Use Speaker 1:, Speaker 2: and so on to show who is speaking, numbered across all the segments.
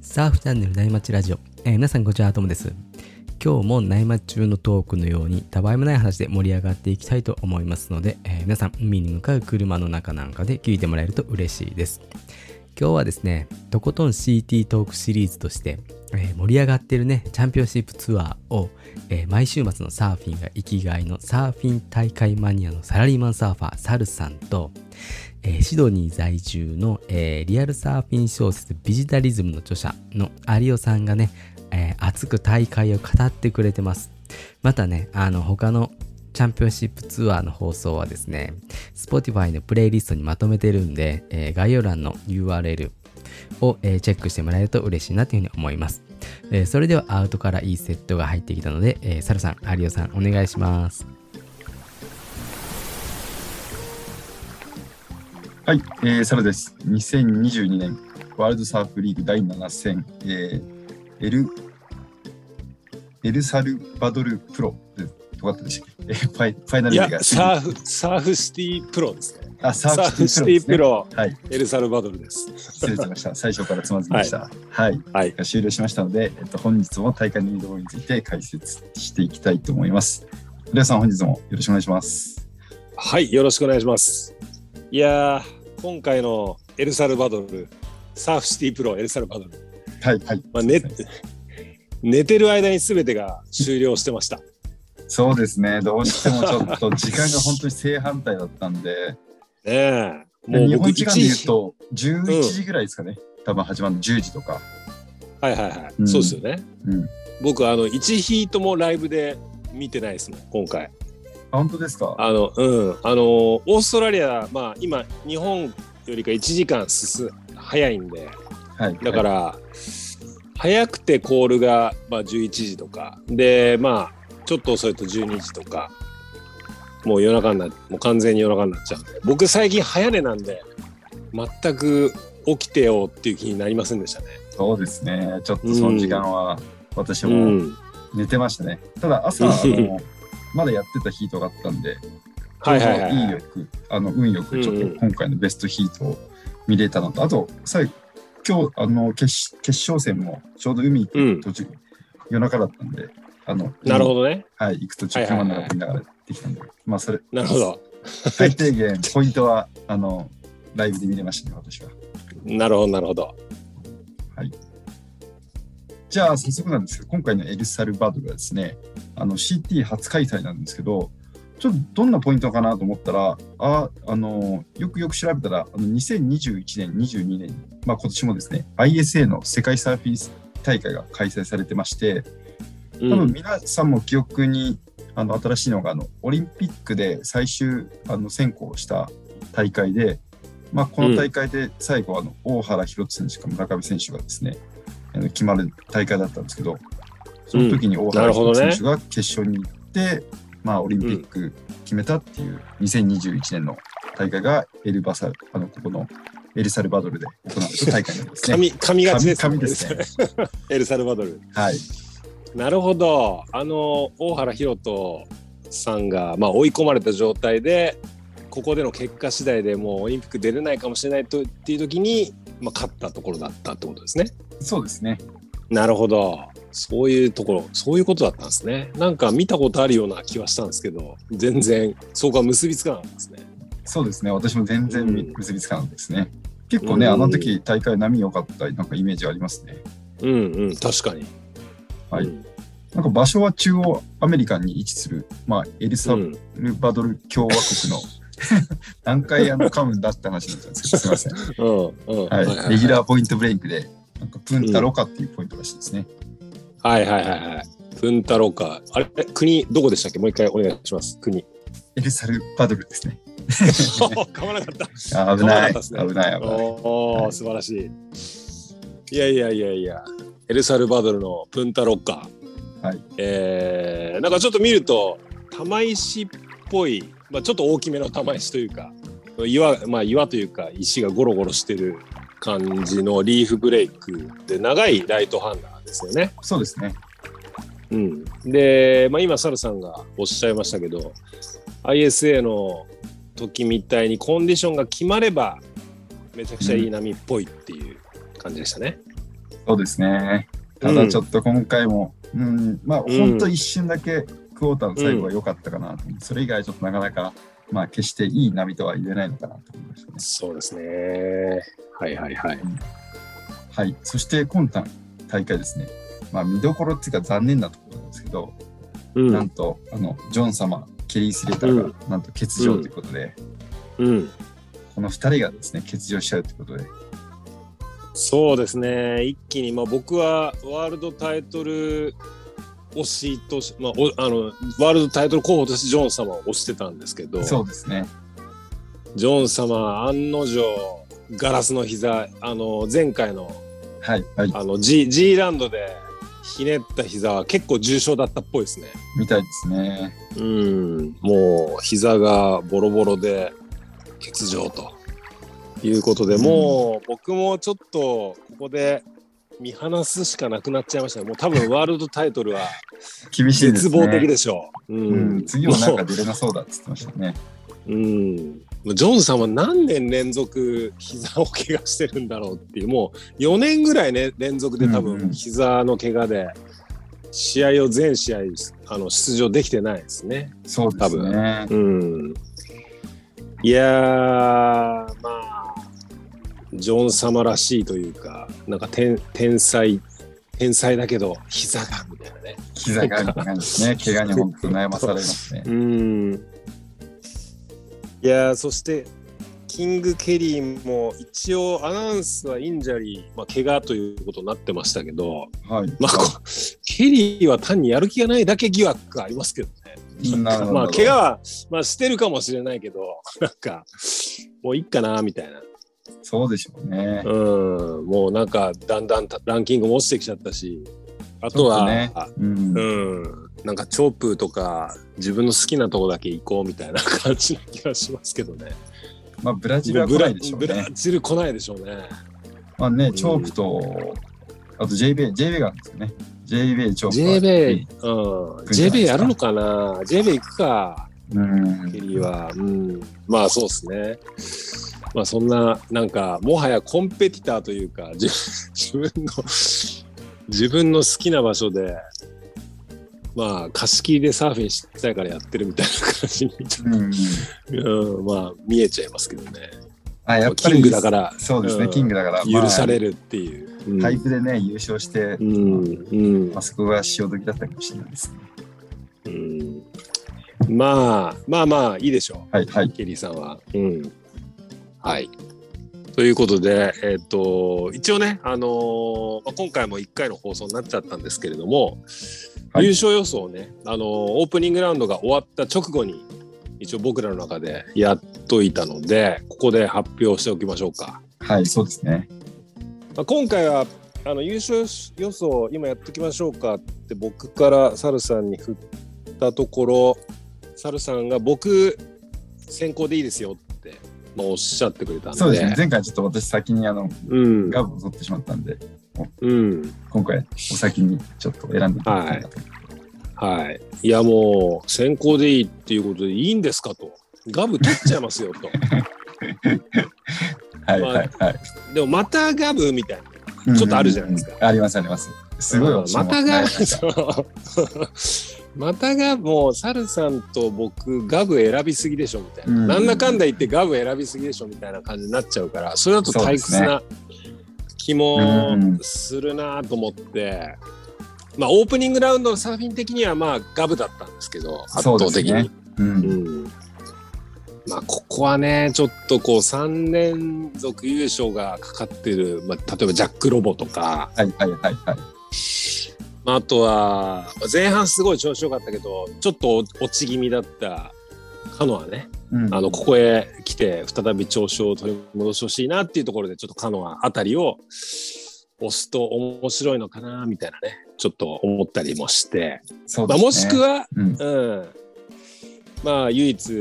Speaker 1: サーフチャンネル内町ラジオ、えー皆さんこんにちはともです今日も内町中のトークのようにたわいもない話で盛り上がっていきたいと思いますので、えー皆さん海に向かう車の中なんかで聞いてもらえると嬉しいです今日はですねとことん CT トークシリーズとして、えー盛り上がってるねチャンピオンシップツアーを、えー毎週末のサーフィンが生きがいのサーフィン大会マニアのサラリーマンサーファーサルさんと、えーシドニー在住の、えーリアルサーフィン小説ビジタリズムの著者の有オさんがね、えー熱く大会を語ってくれてますまたねあの他のチャンピオンシップツアーの放送はですね Spotify のプレイリストにまとめてるんで、えー概要欄の URL を、えーチェックしてもらえると嬉しいなというふうに思います、えーそれではアウトからいいセットが入ってきたので、えー、サルさん有オさんお願いします
Speaker 2: はい、えー、サラです。2022年ワールドサーフリーグ第7戦、えー、エルエルサルバドルプロでよかったでしたっけ、えーファイファイナル
Speaker 3: い
Speaker 2: 日
Speaker 3: や
Speaker 2: が、
Speaker 3: サーフ、サーフシティプロですね。
Speaker 2: あサ
Speaker 3: サーフシティプ
Speaker 2: ロ
Speaker 3: ロ、
Speaker 2: ですね。はい、
Speaker 3: エルサルバドルです。
Speaker 2: 失礼しました。最初からつまずきました。はい、
Speaker 3: はい。
Speaker 2: が終了しましたので、えっと、本日も大会の移動について解説していきたいと思います。皆さん、本日もよろしくお願いします。
Speaker 3: はい、よろしくお願いします。いやー、今回のエルサルバドル、サーフシティプロ、エルサルバドル。
Speaker 2: はい、はい。
Speaker 3: まあ、寝、寝てる間に全てが終了してました。
Speaker 2: そうですね、どうしてもちょっと時間が本当に正反対だったんで、
Speaker 3: ねえ。
Speaker 2: で
Speaker 3: もう
Speaker 2: 日
Speaker 3: 僕
Speaker 2: 本時
Speaker 3: 一
Speaker 2: 間で言う
Speaker 3: 時。
Speaker 2: と11時ぐらいですかね、多分始まるの10時とか、
Speaker 3: はいはいはい、
Speaker 2: うん
Speaker 3: そうですよね。
Speaker 2: うん、
Speaker 3: 僕、あの、1ヒートもライブで見てないですもん、今回。
Speaker 2: あ本当ですか
Speaker 3: あの、うん、あの、オーストラリア、まあ、今、日本よりか1時間進早いんで、
Speaker 2: はい
Speaker 3: だから、早くてコールが、まあ、11時とか、で、まあ、ちょっと遅いと12時とか、もう夜中になもう完全に夜中になっちゃうんで、僕、最近早寝なんで、全く起きてよっていう気になりませんでしたね。
Speaker 2: そうですねちょっとその時間は私
Speaker 3: う
Speaker 2: も
Speaker 3: ん。
Speaker 2: 寝てましたね、ただ 朝あのまだやってたヒートがあったんで
Speaker 3: はいはいはい。
Speaker 2: ちょうどいよくあの運よくちょっと今回のベストヒートを見れたのと、あとさ今日あの決決勝戦もちょうど海行
Speaker 3: うん
Speaker 2: く途中、夜中だったんであの
Speaker 3: なるほどね。
Speaker 2: はい行く途中車の中見ながらやってきたんで、まあそれ
Speaker 3: なるほど。
Speaker 2: 最低限ポイントはあのライブで見れましたね私は
Speaker 3: なるほど、なるほど。
Speaker 2: じゃあ早速なんですけど今回のエルサルバドルはですねあの CT 初開催なんですけどちょっとどんなポイントかなと思ったらああのよくよく調べたらあの2021年22年、まあ、今年もですね ISA の世界サーフィン大会が開催されてまして
Speaker 3: う
Speaker 2: 多分
Speaker 3: ん。
Speaker 2: 皆さんも記憶にあの新しいのがあのオリンピックで最終あの選考した大会で、まあ、この大会で最後、あの大原弘選手か村上選手がですねあの決まる大会だったんですけどその時に大
Speaker 3: な
Speaker 2: 原
Speaker 3: るほど
Speaker 2: 弘
Speaker 3: ね
Speaker 2: 選手が決勝に行って、まあ、オリンピック決めたっていう2021年の大会がエルバサあのここのエルサルバドルで行われた大会なんですね。
Speaker 3: 髪、髪がちです。
Speaker 2: 神ですね。
Speaker 3: エルサルバドル。
Speaker 2: はい。
Speaker 3: なるほど。あの大原博人さんが、まあ、追い込まれた状態でここでの結果次第でもうオリンピック出れないかもしれないとっていう時に、まあ、勝ったところだったってことですね。
Speaker 2: そうですね。
Speaker 3: なるほど。そういうところ、そういうことだったんですね。なんか見たことあるような気はしたんですけど、全然そこは結びつかなかったですね。
Speaker 2: そうですね、私も全然み
Speaker 3: うん
Speaker 2: 結びつかなかったですね。結構ね、
Speaker 3: うん
Speaker 2: あの時大会波良かったなんかイメージありますね。
Speaker 3: うんうん、確かに。
Speaker 2: はい
Speaker 3: うん
Speaker 2: なんか場所は中央アメリカに位置する、まあ、エルサ
Speaker 3: うん
Speaker 2: ルバドル共和国の、何回あの噛むんだって話になっちゃうんですけど、すみません。
Speaker 3: うんうんはいはい
Speaker 2: は、
Speaker 3: はいい
Speaker 2: レギュラーポイントブレイクで、なんかプンタロカっていうポイントらしいですね。
Speaker 3: はいはいはいはい。プンタローカ。あれ、国、どこでしたっけもう一回お願いします。国。
Speaker 2: エルサルバドルですね。
Speaker 3: 噛まなかった。
Speaker 2: あ危ない、
Speaker 3: そうだったですね
Speaker 2: 危ない、危ない。
Speaker 3: おお、素晴らしい。いやいやいやいや、エルサルバドルのプンタロッカー。
Speaker 2: はい
Speaker 3: えーなんかちょっと見ると、玉石っぽい、まあ、ちょっと大きめの玉石というか、岩まあ、岩というか、石がゴロゴロしてる感じのリーフブレイクで、長いライトハンダーですよね。
Speaker 2: そうですね。
Speaker 3: うん、で、まあ、今、サルさんがおっしゃいましたけど、ISA の時みたいにコンディションが決まれば、めちゃくちゃいい波っぽいっていう感じでしたね。
Speaker 2: そうですね。ただちょっと今回も、うん、まあ、ほんと一瞬だけクォーターの最後は良かったかなと、それ以外ちょっとなかなか、まあ、決していい波とは言えないのかなと思いましたね。
Speaker 3: そうですね。はいはいはい。
Speaker 2: はい、そして今大会ですね、まあ、見どころっていうか残念なところなんですけど、
Speaker 3: う
Speaker 2: なん
Speaker 3: ん。
Speaker 2: とあのジョン様、ケリー・スレーターがなんと欠場ということで、
Speaker 3: うん。
Speaker 2: この2人がですね欠場しちゃうということで、
Speaker 3: そうですね。一気に、まあ僕はワールドタイトル推しとし、まあ、おあの、ワールドタイトル候補としてジョン様を推してたんですけど、
Speaker 2: そうですね、
Speaker 3: ジョン様、案の定、ガラスの膝、あの、前回の
Speaker 2: はい、はい、
Speaker 3: あの G, G ランドでひねった膝は結構重傷だったっぽいですね。
Speaker 2: みたいですね。
Speaker 3: うん、もう膝がボロボロで欠場ということで、
Speaker 2: うん
Speaker 3: もう僕もちょっとここで見放すしかなくなっちゃいましたね。もう多分ワールドタイトルは
Speaker 2: 厳しいです
Speaker 3: 絶
Speaker 2: ね。
Speaker 3: 望的でしょう。う
Speaker 2: うん、次もなん
Speaker 3: も
Speaker 2: か出れなそうだって言ってましたね。
Speaker 3: ううんもうジョンさんは何年連続膝を怪我してるんだろうっていうもう4年ぐらいね連続で多
Speaker 2: うんうん
Speaker 3: 分膝の怪我で試合を全試合あの出場できてないですね。
Speaker 2: そうですね。
Speaker 3: うん、いやーまあジョン様らしいというかなんか天天才天才だけど膝がみたいなね。
Speaker 2: 膝がみたいな感じですね。怪我に本当悩まされますね。
Speaker 3: うん。いやーそしてキング・ケリーも一応アナウンスはインジャリー、まあ、怪我ということになってましたけど、
Speaker 2: はい。
Speaker 3: まあ、こケリーは単にやる気がないだけ疑惑がありますけどね。
Speaker 2: なるほど
Speaker 3: まあ、怪我は、まあ、してるかもしれないけど、なんか、もういっかな、みたいな。
Speaker 2: そうでしょうね。
Speaker 3: うん、もうなんか、だんだんランキングも落ちてきちゃったし、あ
Speaker 2: ちょっと
Speaker 3: とは、
Speaker 2: ねうん
Speaker 3: うん、なんかチョープとか自分の好きなとこだけ行こうみたいな感じな気がしますけどね。
Speaker 2: まあ、ブラジルは来ないでしょう
Speaker 3: ブラブ
Speaker 2: ね
Speaker 3: ラ。ジル来ないでしょうね。
Speaker 2: まあね、
Speaker 3: ん
Speaker 2: チョープと、あと JB、JB があるんですよね。JB、チョープ。
Speaker 3: JB、うん、JB やるのかな ?JB 行くか、
Speaker 2: うん
Speaker 3: ケ。リーは。うん、まあそうですね。まあそんな、なんか、もはやコンペティターというか、自自分の、自分の好きな場所で、まあ貸し切りでサーフィンしたいからやってるみたいな感じに、ちょっと
Speaker 2: うん。
Speaker 3: うん、まあ見えちゃいますけどね。
Speaker 2: あ、やっぱり。
Speaker 3: キングだから
Speaker 2: そうですね、
Speaker 3: うん
Speaker 2: キングだから。
Speaker 3: 許され
Speaker 2: る。
Speaker 3: るっていう。
Speaker 2: タイプでね、優勝して
Speaker 3: う、んうん
Speaker 2: まあそこが潮時だったかもしれないですね。
Speaker 3: うんまあまあまあいいでしょ
Speaker 2: はい、は
Speaker 3: う
Speaker 2: い。
Speaker 3: ケリーさんは。うん、はいということで、えっと一応ね、あのーまあ、今回も1回の放送になっちゃったんですけれども、
Speaker 2: はい
Speaker 3: 優勝予想をね、あのーオープニングラウンドが終わった直後に一応僕らの中でやっといたのでここで発表しておきましょうか。
Speaker 2: はい、そうですね。
Speaker 3: まあ、今回はあの優勝予想今やっときましょうかって僕からサルさんに振ったところサルさんが僕先行でいいですよって、まあ、おっしゃってくれたんで
Speaker 2: そうですね。前回ちょっと私先にあの、
Speaker 3: うん
Speaker 2: ガブを取ってしまったんで、
Speaker 3: うん
Speaker 2: 今回お先にちょっと選んでいただきたいなと。
Speaker 3: はいいやもう先行でいいっていうことでいいんですかとガブ取っちゃいますよと
Speaker 2: はい、はい、はい。
Speaker 3: でもまたガブみたいなちょっとあるじゃないですか
Speaker 2: うんうんうんありますあります。すごい
Speaker 3: うん
Speaker 2: 私も
Speaker 3: また
Speaker 2: はい
Speaker 3: が、
Speaker 2: はい
Speaker 3: そう またがもう、サルさんと僕、ガブ選びすぎでしょみたいな、
Speaker 2: うん
Speaker 3: なんだかんだ言ってガブ選びすぎでしょみたいな感じになっちゃうから、それだと退屈な気もするなと思って、まあ、オープニングラウンドのサーフィン的には、まあ、ガブだったんですけど、圧
Speaker 2: そう
Speaker 3: 倒
Speaker 2: です
Speaker 3: 的
Speaker 2: ね
Speaker 3: に。
Speaker 2: う、
Speaker 3: うんんまあ、ここはね、ちょっとこう3連続優勝がかかってる、まあ、例えばジャック・ロボとか、
Speaker 2: はいはいはいはい。
Speaker 3: まあ、あとは前半すごい調子良かったけどちょっと落ち気味だったカノアね
Speaker 2: うん
Speaker 3: あのここへ来て再び調子を取り戻してほしいなっていうところでちょっとカノアあたりを押すと面白いのかなみたいなねちょっと思ったりもして、
Speaker 2: そうで
Speaker 3: まあ、
Speaker 2: すね
Speaker 3: もしくは、
Speaker 2: うん、
Speaker 3: うん、まあ唯一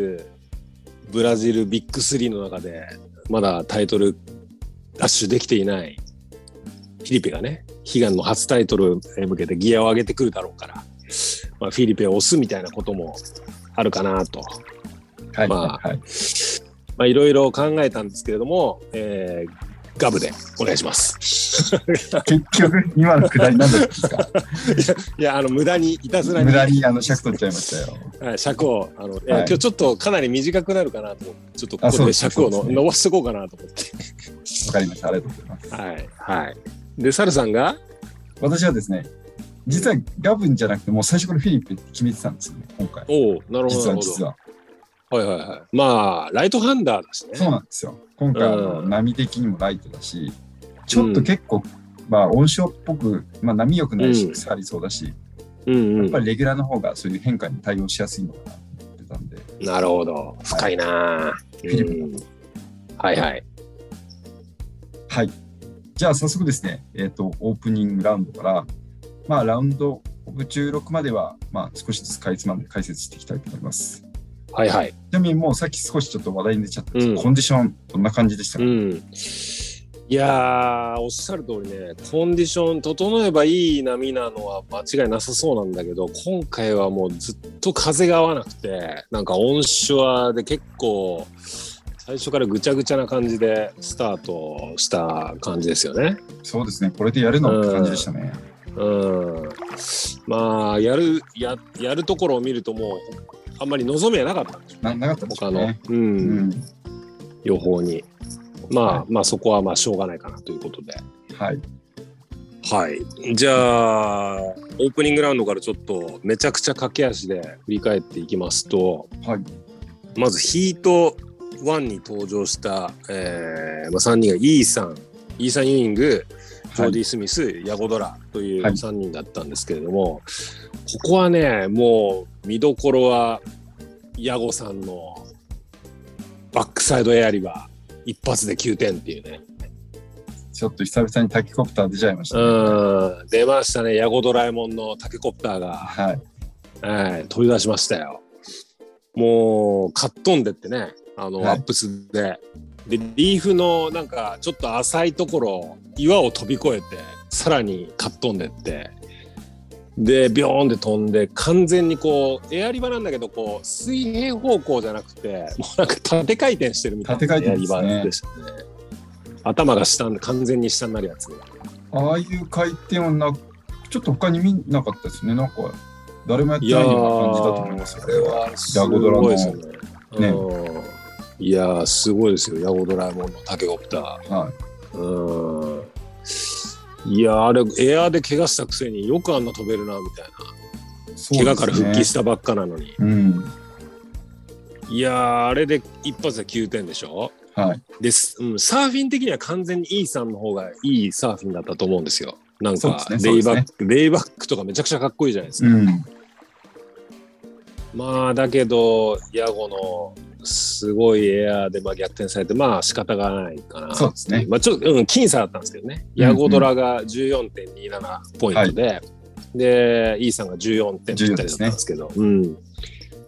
Speaker 3: ブラジルビッグ3の中でまだタイトルダッシュできていないフィリペがね悲願の初タイトルへ向けてギアを上げてくるだろうから、まあ、フィリペを押すみたいなこともあるかなと
Speaker 2: はい
Speaker 3: ま
Speaker 2: はいはい。
Speaker 3: まあいろいろ考えたんですけれども、えーガブでお願い します。
Speaker 2: 結局、今のくだり何だったん ですか
Speaker 3: いや、あの、無駄に、いたずら
Speaker 2: 無
Speaker 3: に、
Speaker 2: 駄にあの尺取っちゃいましたよ。
Speaker 3: はい、尺を、あの、いや
Speaker 2: はい
Speaker 3: 今日ちょっとかなり短くなるかなと思って、ちょっとこ
Speaker 2: あそ
Speaker 3: こ
Speaker 2: う
Speaker 3: で
Speaker 2: です
Speaker 3: 尺
Speaker 2: そう
Speaker 3: をの、
Speaker 2: ですね
Speaker 3: 伸ばしとこうかなと思って。
Speaker 2: わかりました。ありがとうございます。
Speaker 3: はい、はい。で、サルさんが、
Speaker 2: 私はですね、実はガブンじゃなくて、もう最初からフィリップって決めてたんですよね、今回。
Speaker 3: おお、なるほ
Speaker 2: 実は
Speaker 3: ど、なるほ
Speaker 2: 実
Speaker 3: ど。
Speaker 2: は。
Speaker 3: はいはいはい。まあ、ライトハンダーだしね。
Speaker 2: そうなんですよ。今回あの、
Speaker 3: うん
Speaker 2: 波的にもライトだし、ちょっと結構、まあ、温床っぽく、まあ、波良くないし、
Speaker 3: うん
Speaker 2: 腐りそうだし、
Speaker 3: うんう
Speaker 2: やっぱ
Speaker 3: ん。
Speaker 2: りレギュラーの方がそういう変化に対応しやすいのかなと思ってたんで、
Speaker 3: なるほど。深いな
Speaker 2: フィリ
Speaker 3: ぁ。
Speaker 2: ピ
Speaker 3: うん。はいはい。
Speaker 2: はい。じゃあ、早速ですね、えっと、オープニングラウンドから、まあ、ラウンドオブ16までは、まあ、少しずつかいつまんで解説していきたいと思います。
Speaker 3: はいはい。
Speaker 2: ちなみに、もうさっき少しちょっと話題に出ちゃったんですけど、
Speaker 3: うん
Speaker 2: コンディション、どんな感じでした
Speaker 3: う
Speaker 2: か、
Speaker 3: ん。いやーおっしゃる通りねコンディション整えばいい波なのは間違いなさそうなんだけど今回はもうずっと風が合わなくてなんかオンシュアで結構最初からぐちゃぐちゃな感じでスタートした感じですよね。
Speaker 2: そうですね、これでやるのって感じでしたね。
Speaker 3: うん、まあやるややるところを見るともうあんまり望みはなかったんでしょう
Speaker 2: な
Speaker 3: ね
Speaker 2: なかったでしょ
Speaker 3: 他
Speaker 2: う
Speaker 3: の
Speaker 2: ね。、
Speaker 3: うん
Speaker 2: うん
Speaker 3: 予報に。まあまあそこはまあしょうがないかなということで。
Speaker 2: はい、
Speaker 3: はい。じゃあ、オープニングラウンドからちょっとめちゃくちゃ駆け足で振り返っていきますと、
Speaker 2: はい、
Speaker 3: まずヒート1に登場した、えーまあ、3人がイーサン、イーサン・ユイング、ジョーディ・スミス、ヤゴドラという
Speaker 2: はい
Speaker 3: 3人だったんですけれども、ここはね、もう見どころはヤゴさんのバックサイドエアリバー一発で9点っていうね。
Speaker 2: ちょっと久々にタキコプター出ちゃいましたね、
Speaker 3: うん、出ましたね、ヤゴドラえもんのタケコプターが、
Speaker 2: はい、
Speaker 3: はい、飛び出しましたよ。もう、かっ飛んでってね、あの、
Speaker 2: はい
Speaker 3: アップスで。で、リーフのなんか、ちょっと浅いところ、岩を飛び越えて、さらにかっ飛んでって、で、ビョーンって飛んで、完全にこう、エアリバなんだけど、こう、水平方向じゃなくて、もうなんか縦回転してるみたいな
Speaker 2: 縦回
Speaker 3: エア
Speaker 2: 転ですね
Speaker 3: リバでしたね。頭が下、完全に下になるやつ。
Speaker 2: ああいう回転はなちょっと他に見なかったですね、なんか誰もやって
Speaker 3: い
Speaker 2: な
Speaker 3: や
Speaker 2: い
Speaker 3: ー
Speaker 2: ような感じだと思います、これは。
Speaker 3: すごいですよね。
Speaker 2: ラゴ
Speaker 3: うんいやー、すごいですよ、ヤゴドラえもんのタケコプタ
Speaker 2: はい
Speaker 3: ー。うん。いやー、あれ、エアーで怪我したくせによくあんな飛べるな、みたいな。
Speaker 2: そうですね
Speaker 3: 怪我から復帰したばっかなのに。
Speaker 2: うん。
Speaker 3: いやー、あれで一発で9点でしょ
Speaker 2: はい。
Speaker 3: です、うん、サーフィン的には完全に E さんの方がいいサーフィンだったと思うんですよ。なん
Speaker 2: そうで
Speaker 3: か、
Speaker 2: すねそう
Speaker 3: レ
Speaker 2: で
Speaker 3: イ
Speaker 2: すね
Speaker 3: バック、レイバックとかめちゃくちゃかっこいいじゃないですか。
Speaker 2: うん。
Speaker 3: まあだけど、ヤゴのすごいエアーでまあ逆転されて、まあ仕方がないかな。
Speaker 2: そうですね。
Speaker 3: まあちょっと、うん、僅差だったんですけどね。
Speaker 2: うんうん
Speaker 3: ヤゴドラが14.27ポイントで、で、イーさんが14点ぴったりだったんですけど、うん。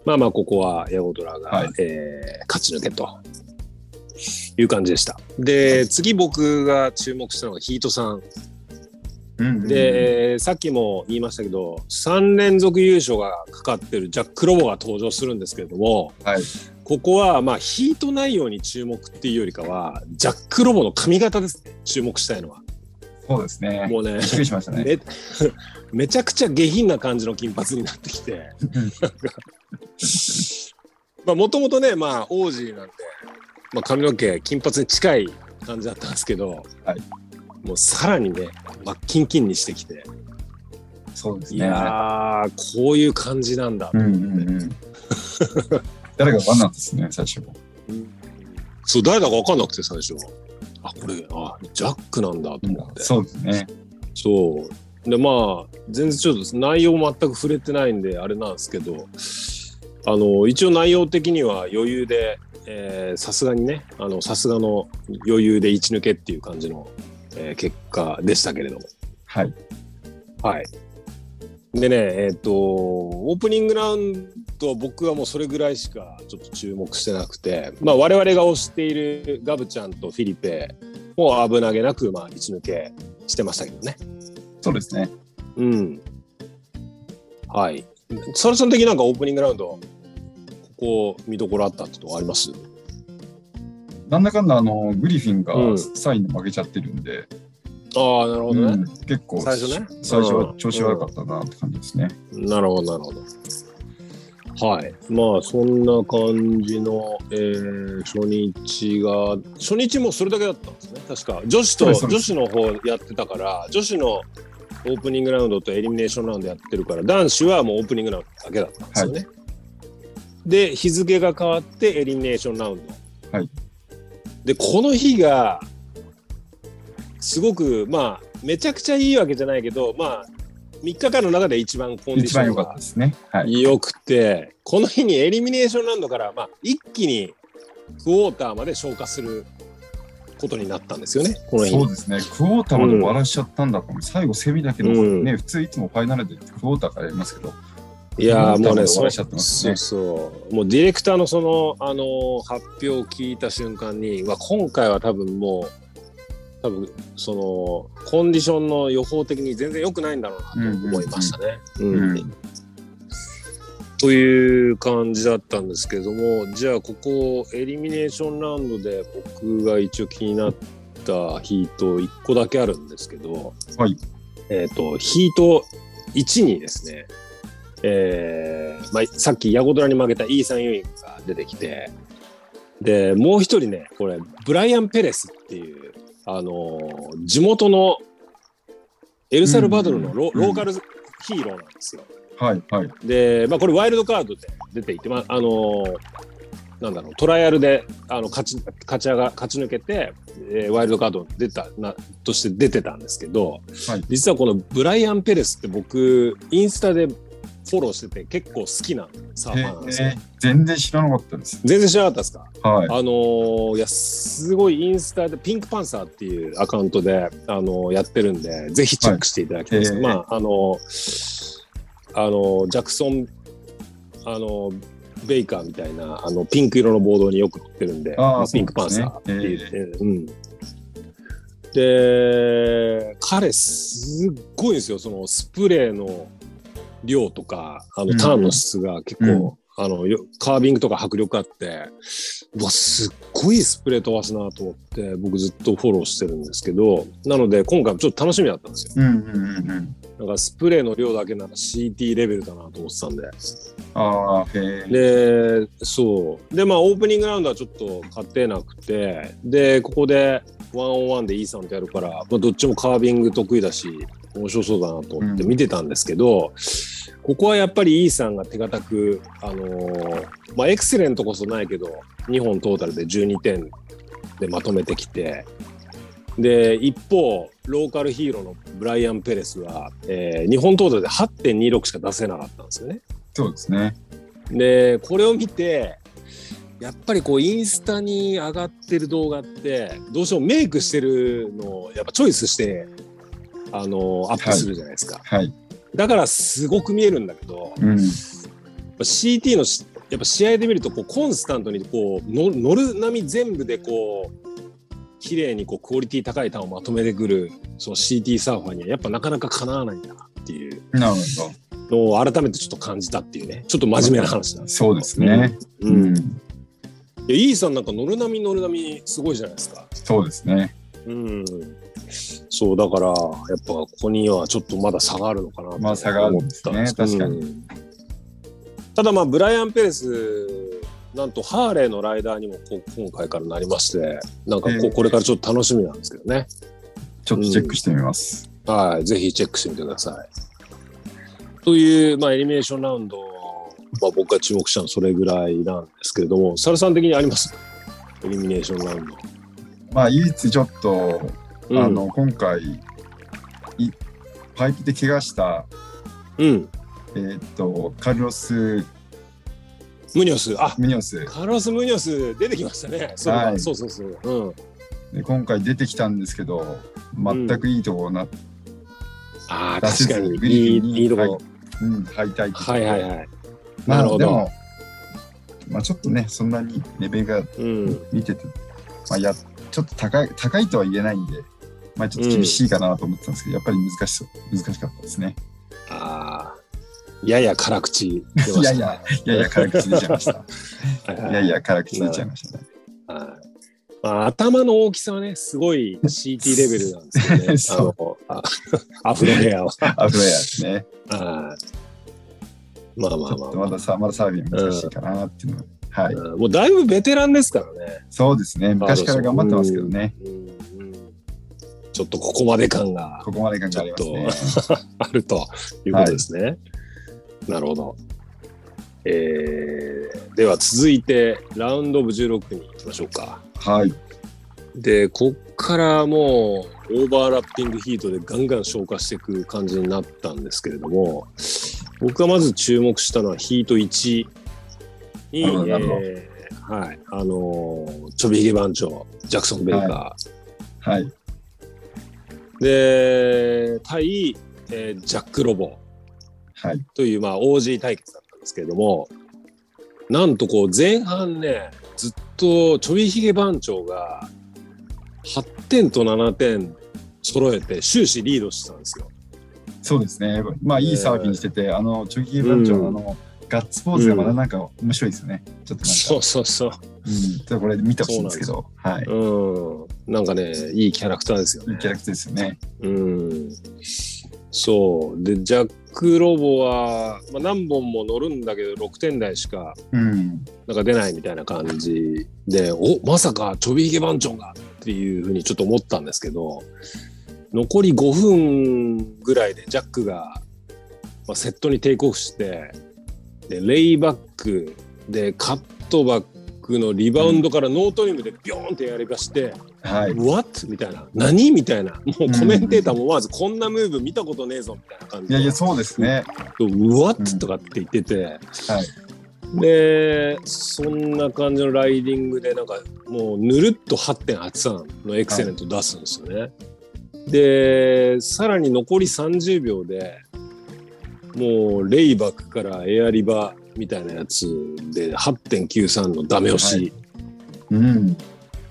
Speaker 3: まあまあ、ここはヤゴドラが、
Speaker 2: はい
Speaker 3: えー勝ち抜けという感じでした。で、次僕が注目したのがヒートさん。
Speaker 2: うんうんうん、
Speaker 3: で、さっきも言いましたけど3連続優勝がかかってるジャック・ロボが登場するんですけれども、
Speaker 2: はい
Speaker 3: ここはまあヒート内容に注目っていうよりかはジャック・ロボの髪型ですね注目したいのは
Speaker 2: そうですね。
Speaker 3: もうね
Speaker 2: びっくりしましたね。
Speaker 3: め めちゃくちゃ下品な感じの金髪になって きてもともとねまあ王子なんで、まあ、髪の毛金髪に近い感じだったんですけど、
Speaker 2: はい
Speaker 3: もうさらにね真っキンキンにしてきて。
Speaker 2: そうです
Speaker 3: い
Speaker 2: ね。
Speaker 3: やー、こういう感じなんだ
Speaker 2: う。んうん うん。誰がワンなんですね、最初。
Speaker 3: そう、誰だか分かんなくて、最初。あ、これ、あ、ジャックなんだと思って。
Speaker 2: そうですね。
Speaker 3: そう。で、まあ、全然ちょっと内容全く触れてないんで、あれなんですけど、あの、一応内容的には余裕で、えーさすがにね、あの、さすがの余裕で一抜けっていう感じの、えー結果でしたけれども。
Speaker 2: はい。
Speaker 3: はい。でね、えっ、と、オープニングラウンドは僕はもうそれぐらいしかちょっと注目してなくて、まあ我々が推しているガブちゃんとフィリペも危なげなく、まあ、位置抜けしてましたけどね。
Speaker 2: そうですね。
Speaker 3: うん。はい。サルさん的になんかオープニングラウンド、ここ見どころあったってとこあります
Speaker 2: なんだかんだあのグリフィンが
Speaker 3: うん
Speaker 2: サインで負けちゃってるんで、
Speaker 3: ああ、なるほ
Speaker 2: う
Speaker 3: ど
Speaker 2: ん
Speaker 3: ね。
Speaker 2: 結構
Speaker 3: 最初ね
Speaker 2: 最初
Speaker 3: う
Speaker 2: は
Speaker 3: ん
Speaker 2: 調子悪かったなって感じですね。
Speaker 3: なるほど、なるほど。はい。まあ、そんな感じの、えー初日が、初日もそれだけだったんですね。確か。女子
Speaker 2: そう
Speaker 3: と、
Speaker 2: ですそうで
Speaker 3: 女
Speaker 2: す
Speaker 3: 子の方やってたから、女子のオープニングラウンドとエリミネーションラウンドやってるから、男子はもうオープニングラウンドだけだったんですよね。で、日付が変わってエリミネーションラウンド。
Speaker 2: はい
Speaker 3: で、この日が、すごく、まあ、めちゃくちゃいいわけじゃないけど、まあ、3日間の中で一番コンディ
Speaker 2: 一
Speaker 3: ション
Speaker 2: 番
Speaker 3: が
Speaker 2: 良かったですね。 はい。
Speaker 3: よくて、この日にエリミネーションラウンドから、まあ、一気にクォーターまで消化することになったんですよね、この日
Speaker 2: そうですね。クォーターまで終わらしちゃったんだから、最後セミだけ残ってね、普通いつもファイナルでクォーターからやりますけど、
Speaker 3: いやー
Speaker 2: クォーター
Speaker 3: もう
Speaker 2: ま
Speaker 3: ね
Speaker 2: で終わ
Speaker 3: そう
Speaker 2: らしちゃってますね
Speaker 3: そうそうもうディレクターのその、あのー発表を聞いた瞬間に、うわ今回は多分もう、多分そのコンディションの予報的に全然良くないんだろうなと思いましたね。
Speaker 2: う
Speaker 3: うんんという感じだったんですけれどもじゃあここエリミネーションラウンドで僕が一応気になったヒート1個だけあるんですけど、
Speaker 2: はい
Speaker 3: えっとヒート1にですね、えーまあ、さっきヤゴドラに負けたイーサン・ユインが出てきてでもう一人ねこれブライアン・ペレスっていう、あのー地元のエルサルバドルのロ,、
Speaker 2: うん
Speaker 3: ローカルヒーローなんですよ。
Speaker 2: はいはい。
Speaker 3: で、まあ、これワイルドカードで出ていて、まああのーなんだろうトライアルであの勝ち勝ち上が勝ち抜けて、えーワイルドカード出たなとして出てたんですけど、
Speaker 2: はい
Speaker 3: 実はこのブライアン・ペレスって僕インスタでフォローしてて結構好きなサーファーなんですよ。
Speaker 2: えー全然知らなかったです。
Speaker 3: 全然知らなかったですか
Speaker 2: はい。
Speaker 3: あのーいやすごいインスタでピンクパンサーっていうアカウントで、あのーやってるんでぜひチェックしていただきたいです、
Speaker 2: はいえー
Speaker 3: まああのーあのージャクソン、あのーベイカーみたいなあのピンク色のボードによく乗ってるんで
Speaker 2: あー
Speaker 3: まあ
Speaker 2: そう
Speaker 3: ピン
Speaker 2: なん
Speaker 3: クパン
Speaker 2: ですね
Speaker 3: サーっていう、うん、で彼すっごいんですよそのスプレーの量とかあ
Speaker 2: う
Speaker 3: の
Speaker 2: ん
Speaker 3: ターンの質が結構、あのよカービングとか迫力あってうわすっごいスプレー飛ばすなと思って僕ずっとフォローしてるんですけどなので今回もちょっと楽しみだったんですよ
Speaker 2: うんうんうんうん。
Speaker 3: なんかスプレーの量だけなら CT レベルだなと思ってたんで
Speaker 2: ああ、へえ。
Speaker 3: でそうでまあオープニングラウンドはちょっと勝てなくてでここでワンオンワンでイーサンとやるから、まあ、どっちもカービング得意だし面白そうだなと思って
Speaker 2: うん
Speaker 3: 見てたんですけど、ここはやっぱりイーサンが手堅くあのーまあエクセレントこそないけど2本トータルで12点でまとめてきてで一方ローカルヒーローのブライアン・ペレスは、え2本トータルで8.26しか出せなかったんですよね。
Speaker 2: そうですね。
Speaker 3: でこれを見てやっぱりこうインスタに上がってる動画ってどうしてもメイクしてるのをやっぱチョイスしてあのアップするじゃないですか、
Speaker 2: はい。
Speaker 3: だからすごく見えるんだけど
Speaker 2: うん。
Speaker 3: やっぱ CT のしやっぱ試合で見るとこうコンスタントにこうの乗る波全部でこう綺麗にこうクオリティ高いターンをまとめてくるその CT サーファーにはやっぱなかなかかなわないんだなっていう
Speaker 2: なるほ
Speaker 3: のを改めてちょっと感じたっていうねちょっと真面目な話
Speaker 2: ど。
Speaker 3: なんです
Speaker 2: そうですね。
Speaker 3: けど。
Speaker 2: う
Speaker 3: うん
Speaker 2: ん。
Speaker 3: いや、イーさんなんか乗る波乗る波すごいじゃないですか。
Speaker 2: そうですね。
Speaker 3: うん。そう、だから、やっぱここにはちょっとまだ差があるのかなと
Speaker 2: まあ差があるんですね
Speaker 3: 思ったんですけど
Speaker 2: 確
Speaker 3: うんただまあ、ブライアン・ペレス、なんとハーレーのライダーにもこう今回からなりまして、なんかこ
Speaker 2: え
Speaker 3: う
Speaker 2: ー
Speaker 3: これからちょっと楽しみなんですけどね。
Speaker 2: ちょっとチェックしてみます。
Speaker 3: はい、ぜひチェックしてみてください。という、まあ、エリミネーションラウンド、まあ、僕が注目したのはそれぐらいなんですけれども、サルさん的にありますエリミネーションラウンド。
Speaker 2: まあ、唯一ちょっと、
Speaker 3: うん
Speaker 2: あの、今回、いパイプで怪我した、
Speaker 3: うん。
Speaker 2: えーっと、カルロス・
Speaker 3: ムニョス。あ、
Speaker 2: ミニョス。
Speaker 3: カルロス・ムニョス出てきましたね。そう,、
Speaker 2: はい
Speaker 3: そうそうそう。うん。
Speaker 2: で今回出てきたんですけど、全くいいところな、
Speaker 3: ああ、
Speaker 2: 出せ
Speaker 3: 確
Speaker 2: ず
Speaker 3: かに。
Speaker 2: グ
Speaker 3: い
Speaker 2: リ
Speaker 3: い
Speaker 2: フィンに
Speaker 3: いいところ。
Speaker 2: うん、敗退。
Speaker 3: はいはいはい。
Speaker 2: まあ
Speaker 3: なるほど
Speaker 2: でも、まあ、ちょっとね、そんなにレベルが
Speaker 3: うん。
Speaker 2: 見てて、まあ、やちょっと高い高いとは言えないんで、まあ、ちょっと厳しいかなと思ってたんですけど、やっぱり難しそう難しかった ですね。
Speaker 3: ああ。やや辛口出ました、
Speaker 2: いやいや、いやいや、辛口出ちゃいました。
Speaker 3: はいはい
Speaker 2: いやいや、辛口出ちゃいましたね。
Speaker 3: はいまあ、頭の大きさはね、すごい CT レベルなんですけ どね。
Speaker 2: そ
Speaker 3: あのあアフロヘアは。
Speaker 2: アフロエアですね。
Speaker 3: はいまあま
Speaker 2: ち
Speaker 3: あ
Speaker 2: ょ
Speaker 3: ま
Speaker 2: っと
Speaker 3: あまあ、
Speaker 2: まださ、まだサーフィン難しいかなっていうのは。はい。
Speaker 3: うんもうだいぶベテランですからね。
Speaker 2: そうですね。昔から頑張ってますけどね。
Speaker 3: うんうんちょっとここまで感が
Speaker 2: ここまで感がありますね。
Speaker 3: あるということですね。なるほど。えーでは続いてラウンドオブ16に行きましょうか。
Speaker 2: はい。
Speaker 3: で、こっからもうオーバーラッピングヒートでガンガン消化していく感じになったんですけれども、僕がまず注目したのはヒート1に、え
Speaker 2: あなるほど
Speaker 3: ーはい、あのーちょびひげ番長、ジャクソン・ベイカー、
Speaker 2: はい。
Speaker 3: で、対、えージャック・ロボ。
Speaker 2: はい。
Speaker 3: という、まあ、OG 対決だったんですけれども、なんとこう、前半ね、ずっとちょびひげ番長が、8点と7点揃えて、終始リードしてたんですよ。
Speaker 2: そうですね。まあ、いいサーフィンしてて、あの、チョキ番長のあの、ガッツポーズがまだなんか面白いですよね。ちょっとなんか、
Speaker 3: そうそうそう。
Speaker 2: うん、ちょっとこれ見てほしいんですけど、はい。
Speaker 3: うん。なんかね、いいキャラクターですよ
Speaker 2: いい
Speaker 3: ね
Speaker 2: キ。ャラクターですよね。
Speaker 3: うん。そう。で、ジャック・ロボは、まあ、何本も乗るんだけど、6点台しか
Speaker 2: うん。
Speaker 3: なんか出ないみたいな感じで、おまさかちょびひげ番長がっていうふうにちょっと思ったんですけど、残り5分ぐらいでジャックが、まあ、セットにテイクオフして、で、レイバックでカットバックのリバウンドからノートリムでビョーンってやりかして、
Speaker 2: はい。
Speaker 3: What? みたいな。何みたいな。もうコメンテーターも思わずこんなムーブ見たことねえぞみたいな感じ
Speaker 2: い
Speaker 3: で。
Speaker 2: やいや、そうですね。
Speaker 3: うわっ
Speaker 2: うん
Speaker 3: とかって言ってて、
Speaker 2: は
Speaker 3: でそんな感じのライディングでなんかもうぬるっと8.83のエクセレント出すんですよね。でさらに残り30秒でもうレイバックからエアリバみたいなやつで8.93のダメ押し、
Speaker 2: うん。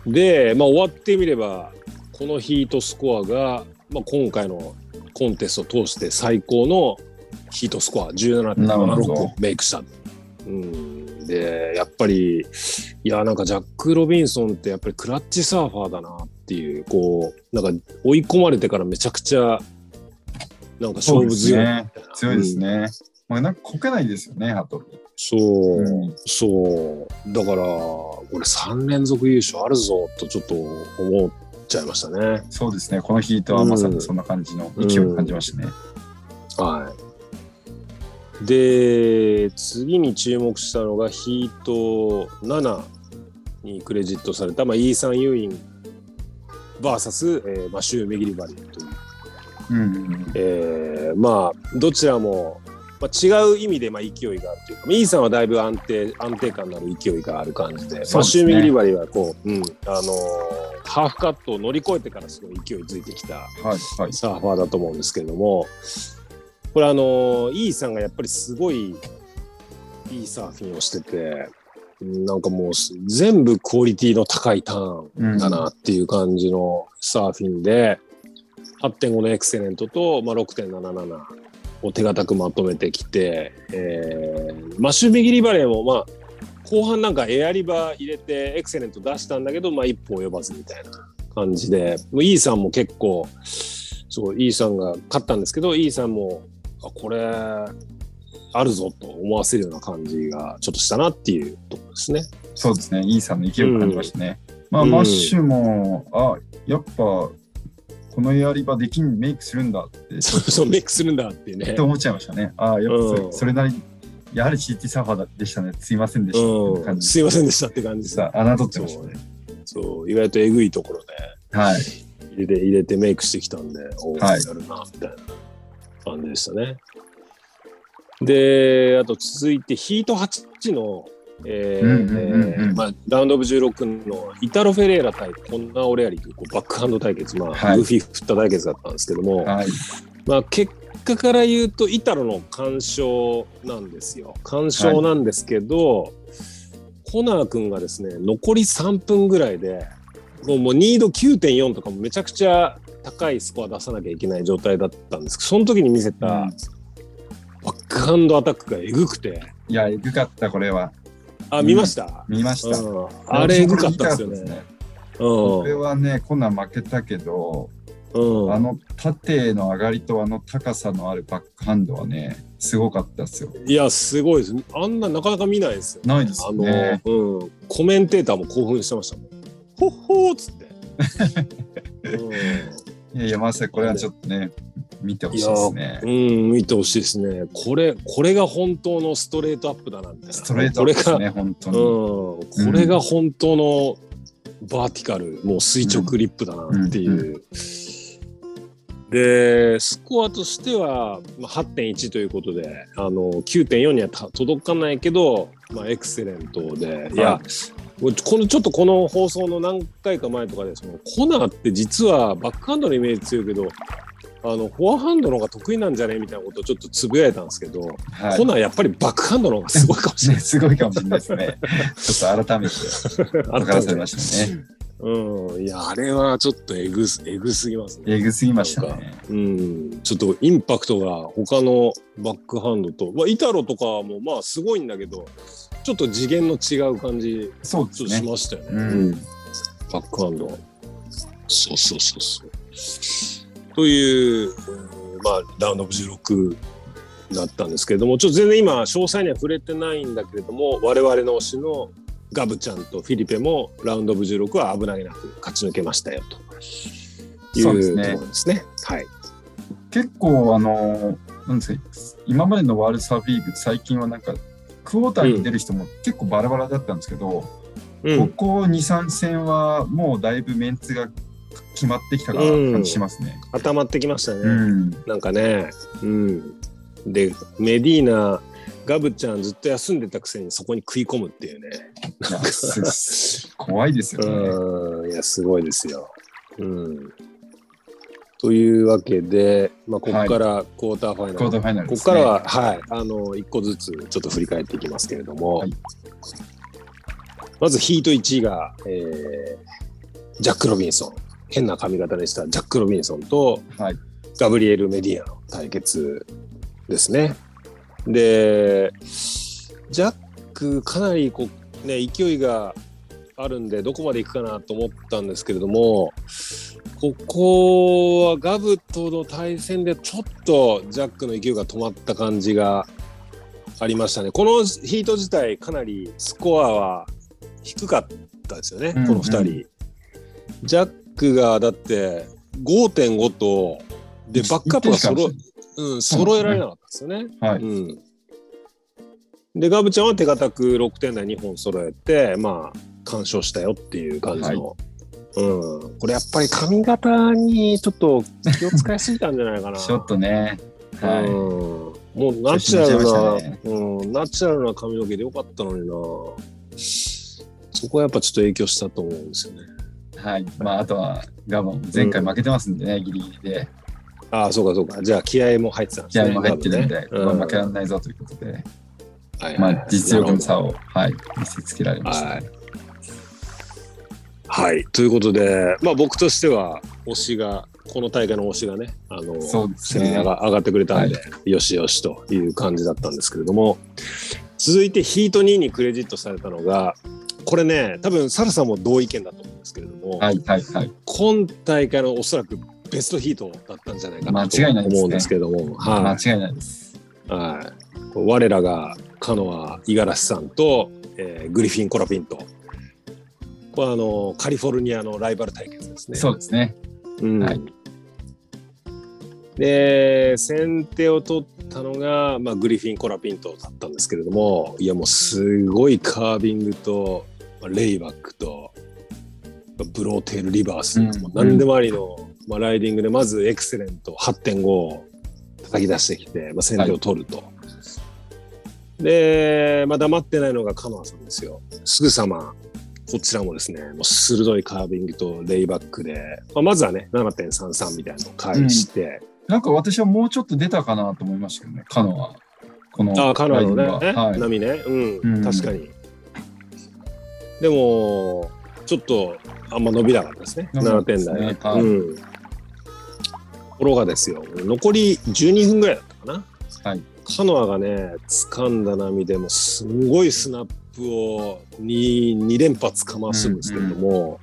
Speaker 3: で、まあ、終わってみればこのヒートスコアが、まあ、今回のコンテストを通して最高のヒートスコア
Speaker 2: なるほ
Speaker 3: 17.76
Speaker 2: ど
Speaker 3: をメイクした。うん、でやっぱりいやなんかジャック・ロビンソンってやっぱりクラッチサーファーだなっていうこうなんか追い込まれてからめちゃくちゃなんか勝負強いみたいな
Speaker 2: 強いです
Speaker 3: うん
Speaker 2: ね。まあ、なんかこけないですよね、ハトル。
Speaker 3: そう、
Speaker 2: うん
Speaker 3: そうだからこれ3連続優勝あるぞとちょっと思っちゃいましたね。
Speaker 2: そうですね、このヒートはまさにそんな感じの勢いを感じましたね。
Speaker 3: はい。で、次に注目したのがヒート7にクレジットされた、まあ、イーサン・ユーイン VS、えーマシュー・メギリバリという、
Speaker 2: うんうんうん。
Speaker 3: えーまあ、どちらも、まあ、違う意味で、まあ、勢いがあるというか、まあイーサンはだいぶ安定安定感のある勢いがある感じで、
Speaker 2: そう
Speaker 3: マ
Speaker 2: です
Speaker 3: シ
Speaker 2: ね
Speaker 3: ュー・メギリバリはこう、うんあのーハーフカットを乗り越えてからすごい勢いづいてきた。
Speaker 2: はい、はい。
Speaker 3: サーファーだと思うんですけれどもこれあのイーさんがやっぱりすごいいいサーフィンをしててうんなんかもうす全部クオリティの高いターンだなっていう感じのサーフィンで、8.5のエクセレントと、まあ、6.77を手堅くまとめてきて、えーマシュビギリバレーもまあ後半なんかエアリバー入れてエクセレント出したんだけど、まあ、一歩及ばずみたいな感じで、もうイーさんも結構、そう、イーさんが勝ったんですけど、イーさんも、あ、これ、あるぞと思わせるような感じがちょっとしたなっていうところですね。
Speaker 2: そうですね、イーサンの勢いを感じましたね。まあ、
Speaker 3: うん
Speaker 2: マッシュも、あ、やっぱ、このやり場できん、メイクするんだって、
Speaker 3: そうそう、メイクするんだっていうね
Speaker 2: って。思っちゃいましたね。ああ、やっぱそれ,、
Speaker 3: うん
Speaker 2: それなりに、やはり CT サーファーでしたね。すいませんでしたっていう
Speaker 3: う
Speaker 2: 感
Speaker 3: ん、
Speaker 2: じ
Speaker 3: すいませんでしたって感じ
Speaker 2: で
Speaker 3: さ。
Speaker 2: さ、侮ってましたね。
Speaker 3: そう、意外とえぐいところで
Speaker 2: はい。
Speaker 3: 入れて、入れてメイクしてきたんで、おお、
Speaker 2: は
Speaker 3: や
Speaker 2: い
Speaker 3: るな、みたいな感じでしたね。で、あと続いて、ヒート8の、え
Speaker 2: うんうんうんう
Speaker 3: ー
Speaker 2: ん
Speaker 3: まあラウンドオブ16のイタロ・フェレーラ対コンナー・オレアリというこうバックハンド対決、まあ
Speaker 2: はい
Speaker 3: グーフィー振った対決だったんですけども、
Speaker 2: はい。
Speaker 3: まあ、結果から言うとイタロの干渉なんですよ干渉なんですけど、コナー君がですね残り3分ぐらいでもうもう2度9.4とかもめちゃくちゃ高いスコア出さなきゃいけない状態だったんですけどその時に見せた
Speaker 2: うん
Speaker 3: バックハンドアタックがえぐくて
Speaker 2: いや、えぐかった、これは。
Speaker 3: あ見ました、
Speaker 2: 見ました。
Speaker 3: うんあれえぐかったですよね。
Speaker 2: これ
Speaker 3: う
Speaker 2: はね、コナン負けたけど、
Speaker 3: ん。う
Speaker 2: あ
Speaker 3: ん。
Speaker 2: の縦の上がりとあの高さのあるバックハンドはね、すごかったですよ。
Speaker 3: いや、すごいです。あんななかなか見ないですよ。
Speaker 2: ないです
Speaker 3: あ
Speaker 2: よ
Speaker 3: の、
Speaker 2: ね。
Speaker 3: うん、コメンテーターも興奮してましたもん。ほっほーっつって。う
Speaker 2: いやいや、まさにこれはちょっとね、見てほしいですね。
Speaker 3: ん、 うん見てほしいですね。これ、これが本当のストレートアップだなみたいな。
Speaker 2: ストレートですね、本当
Speaker 3: これ
Speaker 2: に。
Speaker 3: が、うん、これが本当のバーティカル、もう垂直リップだなっていう。
Speaker 2: うん
Speaker 3: で、スコアとしてはまあ8.1ということで、あの9.4にはた届かないけど、まあ、エクセレントで、いや、このちょっとこの放送の何回か前とかでそのコナーって実はバックハンドのイメージ強いけどあのフォアハンドの方が得意なんじゃねみたいなことをちょっとつぶやいたんですけど、
Speaker 2: は
Speaker 3: コナーやっぱりバックハンドの方がすごいかもし
Speaker 2: い。
Speaker 3: れ
Speaker 2: ね、
Speaker 3: ないです
Speaker 2: ごいかもしれないですね。ちょっと改めて分からされましたね。
Speaker 3: うん、いやあれはちょっとえぐすえぐすぎますね、
Speaker 2: えぐすぎましたね。
Speaker 3: うん、ちょっとインパクトが他のバックハンドと、まあ、イタロとかもまあすごいんだけどちょっと次元の違う感じ
Speaker 2: そうで
Speaker 3: ち
Speaker 2: す
Speaker 3: ょっとし
Speaker 2: ね。
Speaker 3: ましたよね。
Speaker 2: うん。
Speaker 3: バックハンド。そうそうそうそう。という、うんまあ、ラウンド16だったんですけれども、ちょっと全然今、詳細には触れてないんだけれども、我々の推しのガブちゃんとフィリペもラウンドオブ16は危なげなく勝ち抜けましたよとい
Speaker 2: そうです
Speaker 3: う
Speaker 2: ね
Speaker 3: ところですね。はい。
Speaker 2: 結構あのなんですか今までのワールドサービーグ最近はなんかクォーターに出る人も結構バラバラだったんですけど、
Speaker 3: う
Speaker 2: こ
Speaker 3: ん。
Speaker 2: こ23戦はもうだいぶメンツが決まってきたかなって感じしますね。
Speaker 3: 固まってきましたね。
Speaker 2: うん、
Speaker 3: なんかね。うん。で、メディーナ、ガブちゃんずっと休んでたくせにそこに食い込むっていうね。
Speaker 2: いやすす怖いですよね。
Speaker 3: うん、いや、すごいですよ。うん。というわけで、まあ、ここからクォーターファイナル。
Speaker 2: クォーターファイナル
Speaker 3: こ
Speaker 2: で
Speaker 3: こ
Speaker 2: す、ね。
Speaker 3: からは、はい、あの、一個ずつちょっと振り返っていきますけれども、
Speaker 2: はい
Speaker 3: まずヒート1が、えージャック・ロビンソン。変な髪型でしたジャック・ロビンソンと
Speaker 2: はい。
Speaker 3: ガブリエル・メディアの対決ですね。で、ジャック、かなりこう、ね、勢いがあるんで、どこまで行くかなと思ったんですけれども、ここはガブとの対戦でちょっとジャックの勢いが止まった感じがありましたね。このヒート自体、かなりスコアは低かったですよね、
Speaker 2: うんうん
Speaker 3: この2人。ジャックがだって5.5と、で、バックアップが揃
Speaker 2: 一定しか
Speaker 3: うん、揃えられなかったですよね。
Speaker 2: は
Speaker 3: う
Speaker 2: い。
Speaker 3: ん、でガブちゃんは手堅く6点台2本揃えてまあ完勝したよっていう感じの、うん、これやっぱり髪型にちょっと気を使いすぎたんじゃないか な。
Speaker 2: ちょっとね。
Speaker 3: うん
Speaker 2: は
Speaker 3: もうナチュラ
Speaker 2: 調
Speaker 3: ル
Speaker 2: 子乗っ
Speaker 3: な、
Speaker 2: ちゃいま
Speaker 3: うん、ナチュラルな髪の毛でよかったのになそこはやっぱちょっと影響したと思うんですよね。
Speaker 2: い。はい。まああとはガバも前回負けてますんでね、ギリギリで。
Speaker 3: ああそうかそうかじゃあ気合も入ってたんで
Speaker 2: 気
Speaker 3: すね。
Speaker 2: 合も入ってるんで、
Speaker 3: 多分
Speaker 2: ま
Speaker 3: ね
Speaker 2: あ負けられないぞということで。
Speaker 3: うんはいはい
Speaker 2: ま
Speaker 3: はい
Speaker 2: あ、実力の差を、はい、見せつけられました、
Speaker 3: は
Speaker 2: ね。
Speaker 3: はい。ということで、まあ僕としては、推しが、この大会の推しがね、あの、
Speaker 2: そうです
Speaker 3: セミ
Speaker 2: ね
Speaker 3: ナー。が上がってくれたんで、よしよしという感じだったんですけれども、続いてヒート2にクレジットされたのが、これね、多分サルさんも同意見だと思うんですけれども、
Speaker 2: はい、はい、はい。
Speaker 3: 今大会のおそらくベストヒートだったんじゃないかなと
Speaker 2: 間違いないですね
Speaker 3: 思うんですけれども、はい
Speaker 2: 間違いないです。
Speaker 3: はい、我らがカノア五十嵐さんと、えーグリフィン・コラピンとこれはあのカリフォルニアのライバル対決ですね。
Speaker 2: そうですね。
Speaker 3: うん
Speaker 2: はい
Speaker 3: で先手を取ったのが、まあ、グリフィン・コラピントだったんですけれどもいやもうすごいカービングとまあレイバックとブローテール・リバース、
Speaker 2: うん
Speaker 3: もう何でもありの、まあ、ライディングでまずエクセレント8.5を叩き出してきて、まあ、先手を取ると。で、まあ、黙ってないのがカノアさんですよ。すぐさま、こちらもですね、もう鋭いカービングとレイバックで、まあ、まずはね、7.33みたいなのを返して、
Speaker 2: なんか私はもうちょっと出たかなと思いましたけどね、カノは。この
Speaker 3: ああ、カノアの
Speaker 2: ラ
Speaker 3: ね、
Speaker 2: インははい。
Speaker 3: 波ね、うん、
Speaker 2: うん
Speaker 3: 確かに。でも、ちょっと、あんま伸びなかったですね、
Speaker 2: 伸びなか
Speaker 3: 7
Speaker 2: ったで
Speaker 3: 点
Speaker 2: す
Speaker 3: 台
Speaker 2: ね
Speaker 3: ね。
Speaker 2: はい
Speaker 3: うん。ところがですよ、残り12分ぐらいだったかな。
Speaker 2: はい
Speaker 3: カノアがね、掴んだ波でもすんごいスナップを 2, 2連発かましてるんですけれども、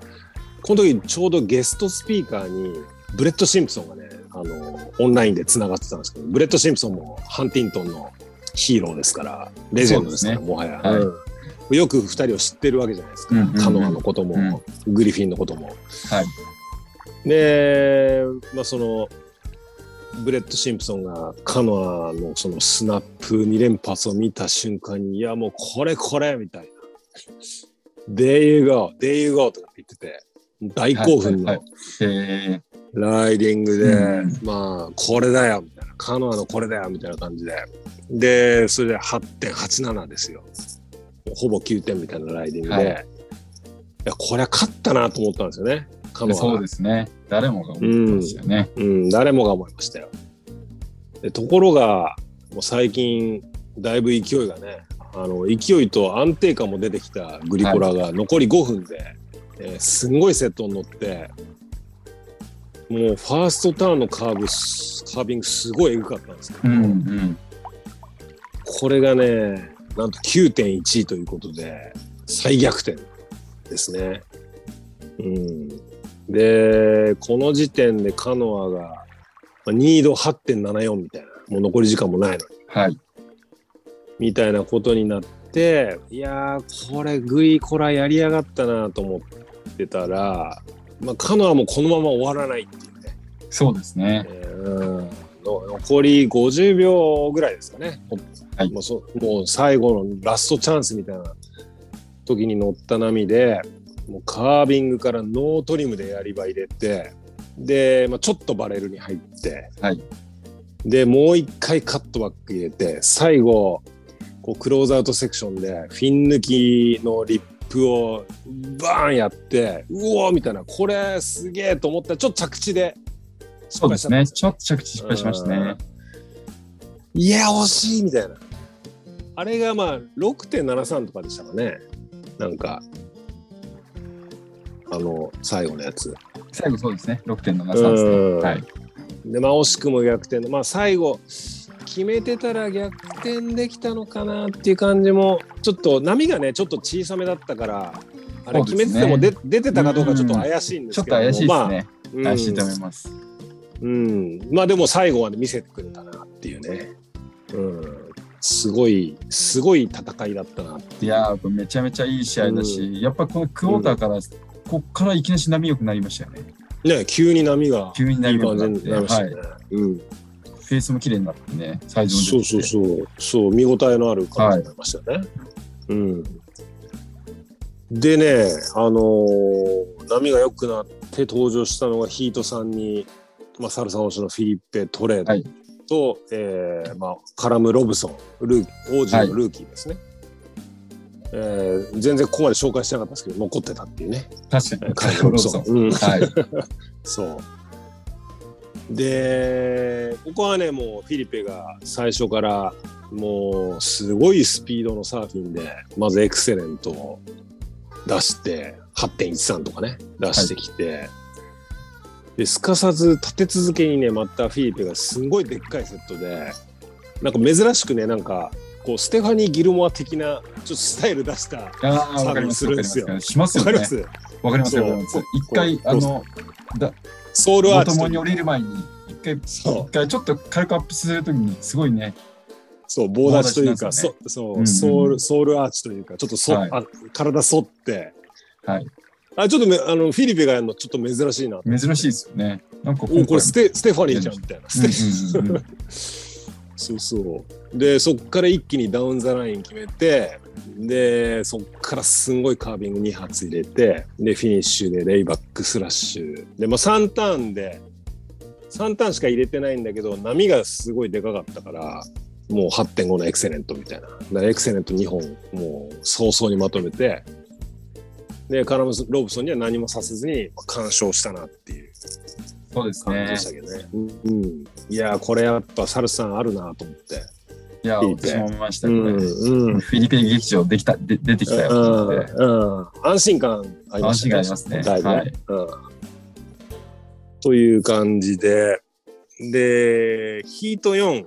Speaker 3: この時ちょうどゲストスピーカーにブレッド・シンプソンがねあのオンラインでつながってたんですけどブレッド・シンプソンもハンティントンのヒーローですからレジェンドですから
Speaker 2: そう
Speaker 3: もはや、
Speaker 2: はい
Speaker 3: うんよく2人を知ってるわけじゃないですか、
Speaker 2: うんうんうん
Speaker 3: カノアのことも、グリフィンのことも。
Speaker 2: はい
Speaker 3: で、まあ、そのブレッド・シンプソンがカノアのそのスナップ2連発を見た瞬間に、いやもうこれこれみたいな。There you go, there you go とかって言ってて、大興奮
Speaker 2: はい
Speaker 3: の
Speaker 2: え
Speaker 3: ライディングで、
Speaker 2: う
Speaker 3: まあこれだよみたいな、カノアのこれだよみたいな感じで。で、それで8.87ですよ。ほぼ9点みたいなライディングで、
Speaker 2: はい
Speaker 3: い、やこれは勝ったなと思ったんですよね、カノア
Speaker 2: ー、
Speaker 3: が。
Speaker 2: そうですね。誰もが思ってましたよね。
Speaker 3: うん、誰もが思いましたよ。でところが、もう最近、だいぶ勢いがね、あの勢いと安定感も出てきたグリコラが残り5分で、えーすんごいセットに乗って、もうファーストターンのカーブす、カービングすごいエグかったんですけど、
Speaker 2: うんうん。
Speaker 3: これがね、なんと9.1ということで、再逆転ですね。うん、で、この時点でカノアが、まあ、ニード8.74みたいな、もう残り時間もないのに、
Speaker 2: はい。
Speaker 3: みたいなことになって、いやー、これ、グイコラやりやがったなと思ってたら、まあ、カノアもこのまま終わらないっていうね。
Speaker 2: そうですね。
Speaker 3: えーうんの残り50秒ぐらいですかね、
Speaker 2: はい
Speaker 3: もうそもう最後のラストチャンスみたいな時に乗った波でもうカービングからノートリムでやり場入れてで、まあ、ちょっとバレルに入って、
Speaker 2: はい
Speaker 3: でもう一回カットバック入れて最後こうクローズアウトセクションでフィン抜きのリップをバーンやってうおーみたいなこれすげえと思ったらちょっと着地で
Speaker 2: そうですね。ちょ
Speaker 3: っ
Speaker 2: っと着地失敗しましたね。
Speaker 3: いや、惜しいみたいな。あれがまあ、6.73とかでしたかね。なんか、あの、最後のやつ。
Speaker 2: 最後そうですね。6.73ですね。
Speaker 3: うん
Speaker 2: はい。
Speaker 3: で、まあ、惜しくも逆転で、まあ、最後、決めてたら逆転できたのかなっていう感じも、ちょっと波がね、ちょっと小さめだったから、あれ
Speaker 2: そう
Speaker 3: 決
Speaker 2: ですね
Speaker 3: めてても出,、出てたかどうかちょっと怪しいんで
Speaker 2: ちょっ
Speaker 3: すけ
Speaker 2: と
Speaker 3: ども
Speaker 2: 怪しいで
Speaker 3: ますあ
Speaker 2: ね。
Speaker 3: うん
Speaker 2: 怪しいと思います。
Speaker 3: うん、まあでも最後まで見せてくれたなっていうね、うん、すごいすごい戦いだったなって
Speaker 2: いやー、めちゃめちゃいい試合だし、
Speaker 3: う
Speaker 2: やっぱこのクォーターから、こっからいきなり波良くなりましたよね。
Speaker 3: ね急に波が
Speaker 2: 急に
Speaker 3: い
Speaker 2: 波
Speaker 3: い
Speaker 2: 良く
Speaker 3: 感じ
Speaker 2: なっ
Speaker 3: に
Speaker 2: て、
Speaker 3: なりました
Speaker 2: は
Speaker 3: ね、
Speaker 2: い。
Speaker 3: うん、
Speaker 2: フェースも綺麗になってね、最上
Speaker 3: そうそうそうそう見応えのある感じになりましたよね、うん、でねあのー波が良くなって登場したのがヒートさんに、まあ、サルサン推しのフィリッペ・トレード
Speaker 2: はい
Speaker 3: と、えーまあ、カラム・ロブソンルーキー王子のルーキーですね、えー全然ここまで紹介してなかったんですけど残ってたっていうね
Speaker 2: 確かに、
Speaker 3: カ
Speaker 2: カ
Speaker 3: ラ
Speaker 2: ル
Speaker 3: ム・ロ
Speaker 2: ロ
Speaker 3: ブ
Speaker 2: ブ
Speaker 3: ソ
Speaker 2: ソ
Speaker 3: ン
Speaker 2: ン。。
Speaker 3: うん
Speaker 2: はい。
Speaker 3: そう。で、ここはね、もうフィリペが最初から、もうすごいスピードのサーフィンで、まずエクセレントを出して、8.13とかね、出してきて、ですかさず立て続けにね、またフィリペがすんごいでっかいセットで、なんか珍しくね、なんか、こうステファニー・ギルモア的なちょっとスタイル出した、わ
Speaker 2: ああ、わかります。
Speaker 3: サー
Speaker 2: わかりま
Speaker 3: ビ
Speaker 2: す
Speaker 3: スするん。
Speaker 2: しますよ
Speaker 3: かりま
Speaker 2: ね。
Speaker 3: す
Speaker 2: わかります。
Speaker 3: そう
Speaker 2: わかります
Speaker 3: こ。
Speaker 2: 一回、
Speaker 3: こ
Speaker 2: あの、
Speaker 3: ソウルア
Speaker 2: ま
Speaker 3: ーチ
Speaker 2: と
Speaker 3: と
Speaker 2: もに降りる前に、一回、
Speaker 3: そう
Speaker 2: 一回ちょっと軽くアップするときに、すごいね、
Speaker 3: そう、棒立ちという
Speaker 2: 棒
Speaker 3: か、
Speaker 2: 立ちなん
Speaker 3: そそう、
Speaker 2: うんうん
Speaker 3: ソウル、ソウルアーチというか、ちょっとそ、
Speaker 2: はい
Speaker 3: あ体反って。
Speaker 2: はい。
Speaker 3: あ、ちょっとめ、あの、フィリペがやるの、ちょっと珍しいな。
Speaker 2: 珍しいですよね。なんか
Speaker 3: お、これス
Speaker 2: ス
Speaker 3: テ、ステファニーじゃんみたいな。ステ
Speaker 2: うんうん うんう
Speaker 3: そうそう。で、そっから一気にダウンザライン決めて。で、そっからすんごいカービング2発入れて、で、フィニッシュでレイバックスラッシュ。で、まあ、3ターンで、3ターンしか入れてないんだけど、波がすごいでかかったから、もう8.5のエクセレントみたいな。だからエクセレント2本、もう早々にまとめて、で、カラムス・ロブソンには何もさせずに、まあ完勝したなっていう
Speaker 2: そうです
Speaker 3: 感じ
Speaker 2: ね
Speaker 3: でし。たけどね。うん、いやー、これやっぱサルさんあるなと思って。
Speaker 2: いや、
Speaker 3: フィリペ
Speaker 2: 私も思いました。
Speaker 3: う
Speaker 2: こ
Speaker 3: ん、
Speaker 2: れ
Speaker 3: うん。
Speaker 2: フィリピン劇場できた、で出てきたよと思って。
Speaker 3: うん、安心感ありま
Speaker 2: 安
Speaker 3: した
Speaker 2: 心感ありますね
Speaker 3: だいぶ、
Speaker 2: はい
Speaker 3: うん。という感じで、で、ヒート4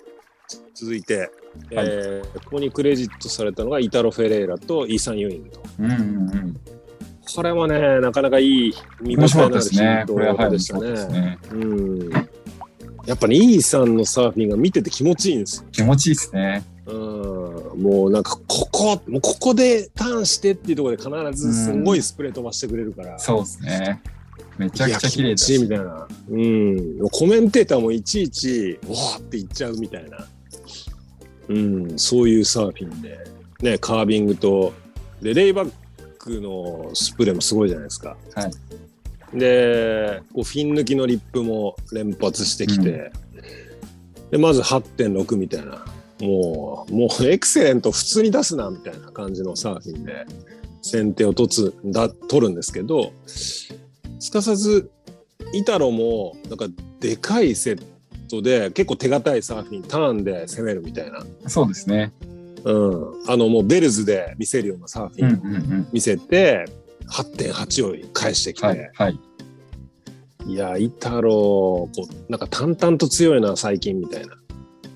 Speaker 3: 続いて、
Speaker 2: はい
Speaker 3: えーここにクレジットされたのがイタロ・フェレイラとイーサン・ユーイングと。
Speaker 2: うんうんうん。
Speaker 3: これもね、なかなかいい見応
Speaker 2: 面
Speaker 3: えの
Speaker 2: 白
Speaker 3: あ
Speaker 2: かったで
Speaker 3: るシ
Speaker 2: すね
Speaker 3: ー。
Speaker 2: これは、は
Speaker 3: ン
Speaker 2: い、
Speaker 3: で
Speaker 2: 面
Speaker 3: した
Speaker 2: 白かったです
Speaker 3: ね。
Speaker 2: ね。
Speaker 3: うん、やっぱりイーさんのサーフィンが見てて気持ちいいんですよ。
Speaker 2: 気持ちいいですね。
Speaker 3: うん、もうなんかここもうここでターンしてっていうところで必ずすごいスプレー飛ばしてくれるから、
Speaker 2: そうですね。めちゃ
Speaker 3: い
Speaker 2: く
Speaker 3: や
Speaker 2: ちゃ綺
Speaker 3: 気持
Speaker 2: 麗
Speaker 3: ちいいみ
Speaker 2: だ
Speaker 3: たいな、うん、コメンテーターもいちいち「わ!」って言っちゃうみたいな、うん、そういうサーフィンで、ね、カービングとでレイバックのスプレーもすごいじゃないですか。
Speaker 2: は
Speaker 3: でこうフィン抜きのリップも連発してきて、でまず8.6みたいなもうもうエクセレント普通に出すなみたいな感じのサーフィンで先手を取つだ取るんですけどすかさずイタロもなんかでかいセットで結構手堅いサーフィンターンで攻めるみたいな、
Speaker 2: そうですね。
Speaker 3: うん、あのもうベルズで見せるようなサーフ
Speaker 2: う
Speaker 3: ィ
Speaker 2: んう
Speaker 3: ン
Speaker 2: んうん。
Speaker 3: 見せて、8.8を返してきて、
Speaker 2: はい、はい。
Speaker 3: いや、イタロこう、なんか淡々と強いな、最近みたいな。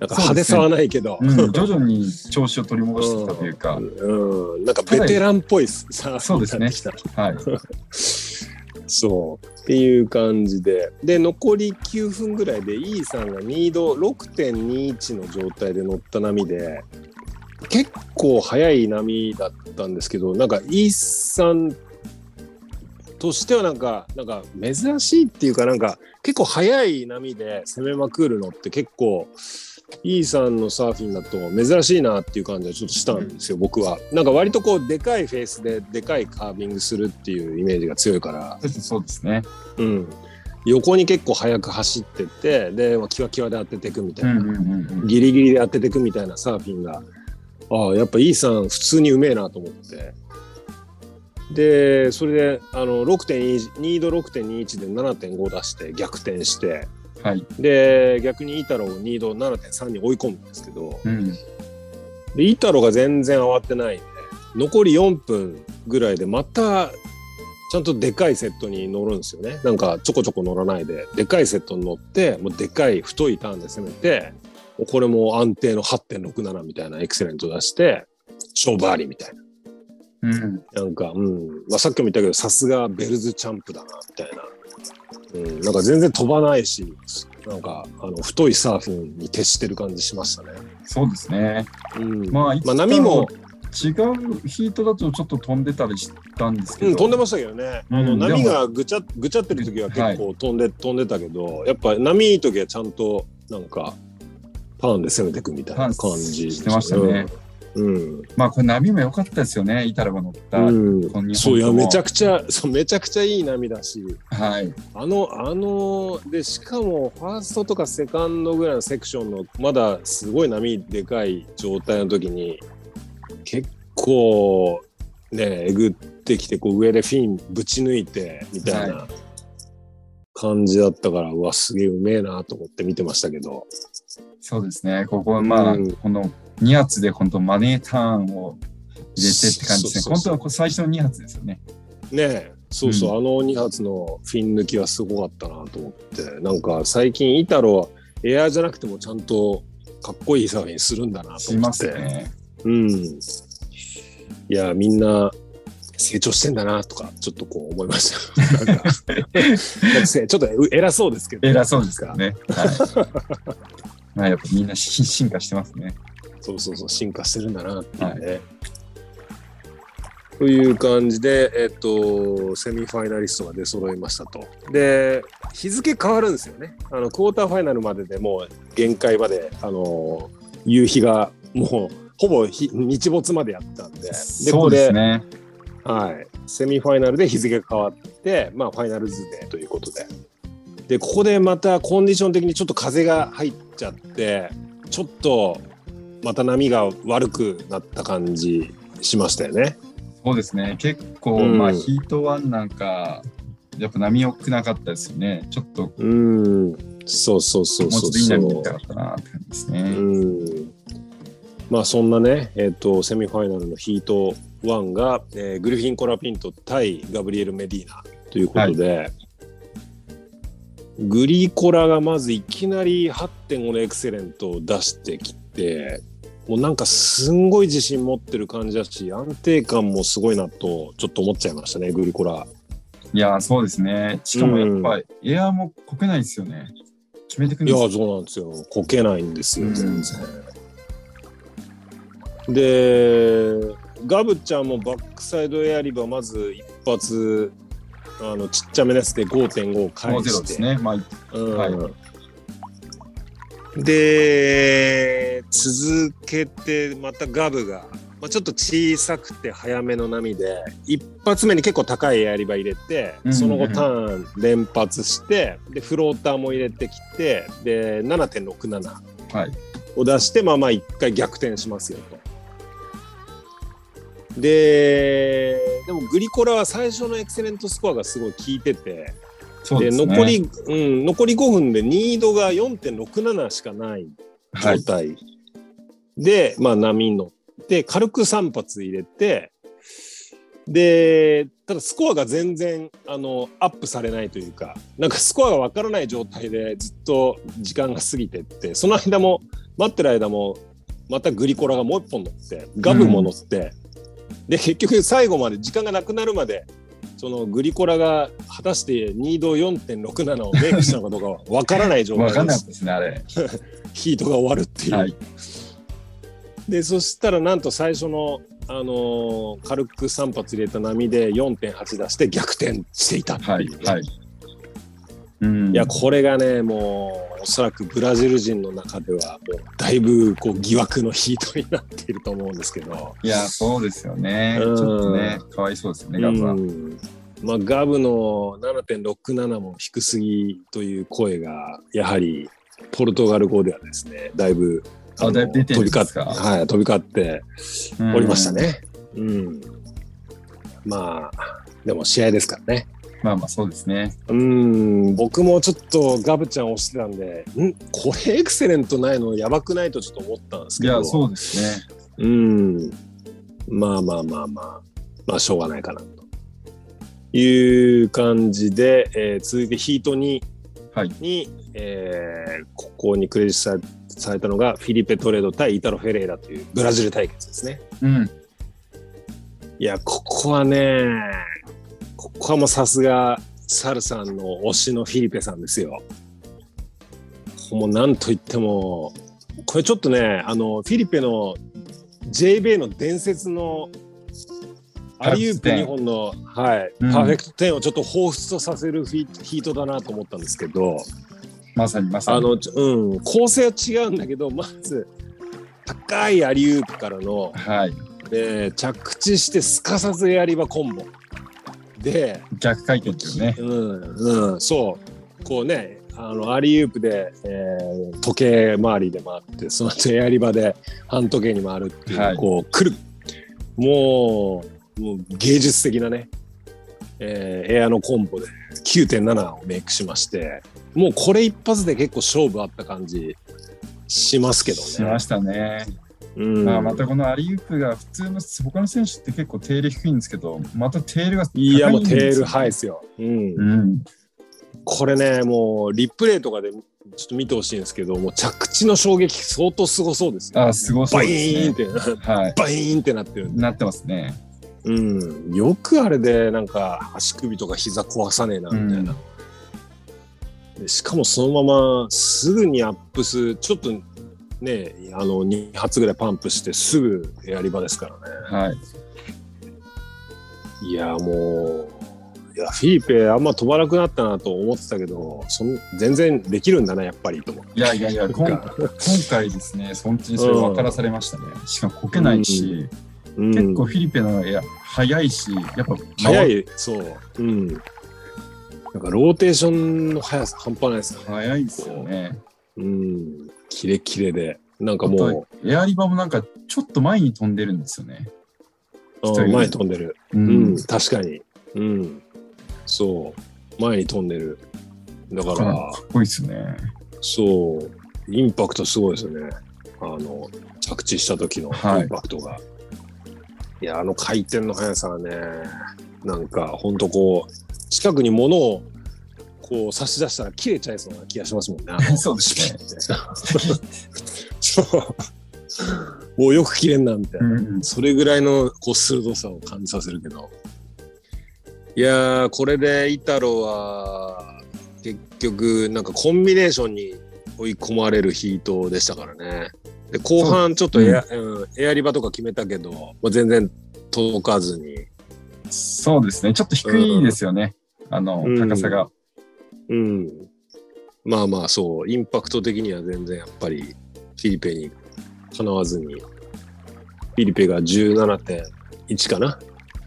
Speaker 3: なんか
Speaker 2: そう
Speaker 3: 派
Speaker 2: で
Speaker 3: 手
Speaker 2: すね
Speaker 3: さはないけど。
Speaker 2: うん、徐々に調子を取り戻してきたというか、
Speaker 3: うん、なんかベテランっぽいさ、
Speaker 2: そうですね
Speaker 3: なってきた
Speaker 2: はい。
Speaker 3: そう。っていう感じで。で、残り9分ぐらいで、イーさんが2度6.21の状態で乗った波で、結構速い波だったんですけど、なんかイーさんとしてはなんか、なんか珍しいっていうか、なんか結構速い波で攻めまくるのって結構、イーさんのサーフィンだと珍しいなっていう感じはちょっとしたんですよ、僕は。なんか割とこう、でかいフェースで、でかいカービングするっていうイメージが強いから、
Speaker 2: そうですね。
Speaker 3: うん、横に結構速く走ってってでキワキワで当てていくみた
Speaker 2: う
Speaker 3: い
Speaker 2: ん
Speaker 3: な、
Speaker 2: うんうん
Speaker 3: ギリギリで当てていくみたいなサーフィンがああやっぱイーさん普通にうめえなと思ってでそれであの6.2 2度6.21で7.5出して逆転して
Speaker 2: うん。はい。
Speaker 3: で逆にイタロを2度7.3に追い込むんですけど
Speaker 2: うん。
Speaker 3: でイタロが全然慌てないんで残り4分ぐらいでまたちゃんとでかいセットに乗るんですよねなんかちょこちょこ乗らないででかいセットに乗ってもうでかい太いターンで攻めてもうこれも安定の8.67みたいなエクセレント出して勝負ありみたい
Speaker 2: うん。
Speaker 3: ななんか、うんまあ、さっきも言ったけどさすがベルズチャンプだなみたいな、うん、なんか全然飛ばないしなんかあの太いサーフィンに徹してる感じしましたね。
Speaker 2: そうですね。
Speaker 3: うん
Speaker 2: まあ、いつ
Speaker 3: ま
Speaker 2: か
Speaker 3: あ、波も
Speaker 2: 違うヒートだとちょっと飛んでたりしたんですけ
Speaker 3: う
Speaker 2: ど、
Speaker 3: ん、飛んでましたけどね、あ
Speaker 2: う
Speaker 3: の
Speaker 2: ん
Speaker 3: 波がぐちゃぐちゃってる時は結構飛んで、飛んでたけどやっぱ波いい時はちゃんとなんかパーンで攻めてくみたいな感じ
Speaker 2: してましたね。
Speaker 3: うん、
Speaker 2: まあこれ波も良かったですよね、イタラが乗った。
Speaker 3: うん
Speaker 2: こんにちは
Speaker 3: そういやめちゃくちゃそうめちゃくちゃいい波だし
Speaker 2: はい。
Speaker 3: あのあのでしかもファーストとかセカンドぐらいのセクションのまだすごい波でかい状態の時に結構ねえぐってきてこう上でフィンぶち抜いてみたいな感じだったから、うわすげえうめえなと思って見てましたけど
Speaker 2: そうですね。ここはまあ、
Speaker 3: うん
Speaker 2: この2発で本当マネーターンを入れてって感じですね。
Speaker 3: そうそうそう
Speaker 2: 本当はこう最初の2発ですよね。
Speaker 3: ねえそうそう、あの2発のフィン抜きはすごかったなと思ってなんか最近イタロはエアーじゃなくてもちゃんとかっこいいサーフィンするんだなと
Speaker 2: し
Speaker 3: 思
Speaker 2: ま
Speaker 3: って。
Speaker 2: すね。
Speaker 3: うん。いや、みんな成長してんだなとか、ちょっとこう思い ました。なんかなんかせちょっと偉そうですけど。
Speaker 2: 偉そうですから。ね。 はい。まあやっぱみんなし進化してますね。
Speaker 3: そうそうそう、進化してるんだなっていうね。という感じで、えっと、セミファイナリストが出揃いましたと。で、日付変わるんですよね。あの、クォーターファイナルまででもう限界まで、あの、夕日がもう、ほぼ日日没までやったんで。で、こ
Speaker 2: そう
Speaker 3: こ
Speaker 2: で、
Speaker 3: です
Speaker 2: ね。
Speaker 3: はい、セミファイナルで日付が変わって、まあ、ファイナルズデーということででここでまたコンディション的にちょっと風が入っちゃってちょっとまた波が悪くなった感じしましたよね。
Speaker 2: そうですね。結構、
Speaker 3: うん
Speaker 2: まあヒートワンなんか、やっぱ波良くなかったですよね。ちょっと、も
Speaker 3: うんそうそうそうう
Speaker 2: ちょ
Speaker 3: そ
Speaker 2: っ
Speaker 3: う
Speaker 2: といい波
Speaker 3: そ
Speaker 2: 見
Speaker 3: う
Speaker 2: たかったなって感じです
Speaker 3: う
Speaker 2: ね。
Speaker 3: んまあそんなね、えっとセミファイナルのヒート1が、えーグリフィン・コラピント対ガブリエル・メディーナということで、グリコラがまずいきなり8.5のエクセレントを出してきてもうなんかすんごい自信持ってる感じだし安定感もすごいなとちょっと思っちゃいましたねグリコラ
Speaker 2: いやー、そうですね。しかもやっぱり、エアーもこけないですよね。決めてくるん
Speaker 3: い
Speaker 2: で
Speaker 3: や
Speaker 2: すよ
Speaker 3: そうなんですよこけないんです
Speaker 2: う
Speaker 3: よ
Speaker 2: ん
Speaker 3: 全然、でガブちゃんもバックサイドエアリバーまず一発あのちっちゃめのやつで5.5を返
Speaker 2: もうゼロ
Speaker 3: し
Speaker 2: で
Speaker 3: て
Speaker 2: すね。まあ、
Speaker 3: うん
Speaker 2: は
Speaker 3: で続けてまたガブが、まあ、ちょっと小さくて早めの波で一発目に結構高いエアリバ入れて、
Speaker 2: うんうん
Speaker 3: その後ターン連発してでフローターも入れてきてで7.67
Speaker 2: はい。
Speaker 3: を出してまあまあ一回逆転しますよと。ででもグリコラは最初のエクセレントスコアがすごい効いてて、
Speaker 2: そう
Speaker 3: で
Speaker 2: ですね。
Speaker 3: 残、り、うん、残り5分でニードが4.67しかない
Speaker 2: は
Speaker 3: 状
Speaker 2: い。
Speaker 3: 態、で、まあ、波に乗って軽く3発入れてでただスコアが全然あのアップされないというかなんかスコアが分からない状態でずっと時間が過ぎてってその間も待ってる間もまたグリコラがもう一本乗ってガブも乗って、で結局最後まで時間がなくなるまでそのグリコラが果たして2度4.67をメイクしたのかどうかは分からない状
Speaker 2: わ
Speaker 3: 態
Speaker 2: かんな
Speaker 3: で
Speaker 2: か
Speaker 3: し
Speaker 2: ったですね、あれ。
Speaker 3: ヒートが終わるっていう。
Speaker 2: はい。
Speaker 3: でそしたらなんと最初の、あのー軽く3発入れた波で4.8出して逆転していたっていう
Speaker 2: はい。はい。うん。
Speaker 3: いやこれがねもうおそらくブラジル人の中ではもうだいぶこう疑惑のヒートになっていると思うんですけど、
Speaker 2: いや、そうですよね。ち
Speaker 3: う
Speaker 2: ょ
Speaker 3: ん
Speaker 2: っとね、かわいそうですよね、ガブは。
Speaker 3: うんまあ、ガブの7.67も低すぎという声がやはりポルトガル語ではですねだいぶ
Speaker 2: あ
Speaker 3: の
Speaker 2: だいぶ出てる
Speaker 3: 飛
Speaker 2: ん
Speaker 3: び
Speaker 2: で
Speaker 3: 交
Speaker 2: す
Speaker 3: って、
Speaker 2: か
Speaker 3: はい、飛び交って
Speaker 2: うん
Speaker 3: おりました。ね。うん。まあ、でも試合ですからね。
Speaker 2: まあまあ、そうですね。
Speaker 3: うん、僕もちょっとガブちゃん押してたんで、んこれエクセレントないのやばくないとちょっと思ったんです
Speaker 2: い
Speaker 3: けど。
Speaker 2: や、そうですね。
Speaker 3: うん。まあまあまあまあ、まあしょうがないかなと。いう感じで、えー続いてヒート2
Speaker 2: はい
Speaker 3: に、えーここにクレジットされたのがフィリペ・トレード対イタロ・フェレイラというブラジル対決ですね。
Speaker 2: うん。
Speaker 3: いや、ここはね、ここはもうさすが、サルさんの推しのフィリペさんですよ。もうなんといっても、これちょっとね、あの、フィリペの j b の伝説のアリウープ日本の、はい、
Speaker 2: うん
Speaker 3: パーフェクト10をちょっと彷彿とさせるフィヒートだなと思ったんですけど、
Speaker 2: まさにまさ
Speaker 3: あ
Speaker 2: に。
Speaker 3: の、ちょうん、構成は違うんだけど、まず、高いアリウープからの、
Speaker 2: はい。
Speaker 3: で着地してすかさずエアリバコンボで、
Speaker 2: 逆回転ですよね。
Speaker 3: うんうん、そうこうねあのアリウープで、えー時計回りで回ってその後エアリバで半時計に回るっていう、
Speaker 2: はい
Speaker 3: こうくるもうもう芸術的なね、えーエアのコンボで9.7をメイクしましてもうこれ一発で結構勝負あった感じしますけどね。
Speaker 2: しましたね。
Speaker 3: うん
Speaker 2: まあ、またこのアリウープが普通の他の選手って結構テール低いんですけど、またテールが高
Speaker 3: いやもうテール
Speaker 2: は
Speaker 3: ハイ
Speaker 2: い
Speaker 3: で。すよ。うん
Speaker 2: うん。
Speaker 3: これね、もうリプレイとかでちょっと見てほしいんですけど、もう着地の衝撃相当すごそうですよ。
Speaker 2: あ、すごそ
Speaker 3: バ
Speaker 2: う
Speaker 3: イーン
Speaker 2: で
Speaker 3: って、
Speaker 2: すね。はい。
Speaker 3: バイーンってなってるんで。
Speaker 2: なってますね。
Speaker 3: うん。よくあれでなんか足首とか膝壊さねえな、みたいな、でしかもそのまますぐにアップす、ちょっとね、あの、2発ぐらいパンプしてすぐエアリバですからね。
Speaker 2: はい。
Speaker 3: いや、もう、いや、フィリペあんま飛ばなくなったなと思ってたけど、そん全然できるんだな、やっぱりと思って
Speaker 2: いやいやいや、こん今回ですね、本当にそれ分からされましたね。しかもこけないし、
Speaker 3: うん
Speaker 2: 結構フィリペのエア早いし、やっぱ
Speaker 3: 早
Speaker 2: い。
Speaker 3: い、そう。うん。なんかローテーションの速さ半端ないですよね。
Speaker 2: 早いですよね。
Speaker 3: うん。キレキレで。なんか
Speaker 2: あ
Speaker 3: も
Speaker 2: とエアリバもなんかちょっと前に飛んでるんですよね。
Speaker 3: う、
Speaker 2: 一人
Speaker 3: うん前飛んでる。
Speaker 2: う
Speaker 3: うんん、。確かに。うん。そう。前に飛んでる。だか
Speaker 2: か
Speaker 3: ら
Speaker 2: っ、こいいですね。
Speaker 3: そう。インパクトすごいですよね。あの、着地した時の
Speaker 2: はい
Speaker 3: インパクトが。い、や、あの回転の速さはね、なんか、ほんとこう、近くに物を、こう差し出したら切れちゃ い そうな気がしますもんね。あの
Speaker 2: そうですね。
Speaker 3: そう。およく綺麗になみたいな、
Speaker 2: うん
Speaker 3: それぐらいのこう鋭さを感じさせるけどいやーこれでイタロは結局なんかコンビネーションに追い込まれるヒートでしたからねで後半ちょっとエア,、うん、エアリバとか決めたけど、まあ、全然届かずに、
Speaker 2: そうですね。ちょっと低いですよね。あの
Speaker 3: うん、
Speaker 2: 高さが。
Speaker 3: うん、まあまあそうインパクト的には全然やっぱりフィリペにかなわずにフィリペが17.1かな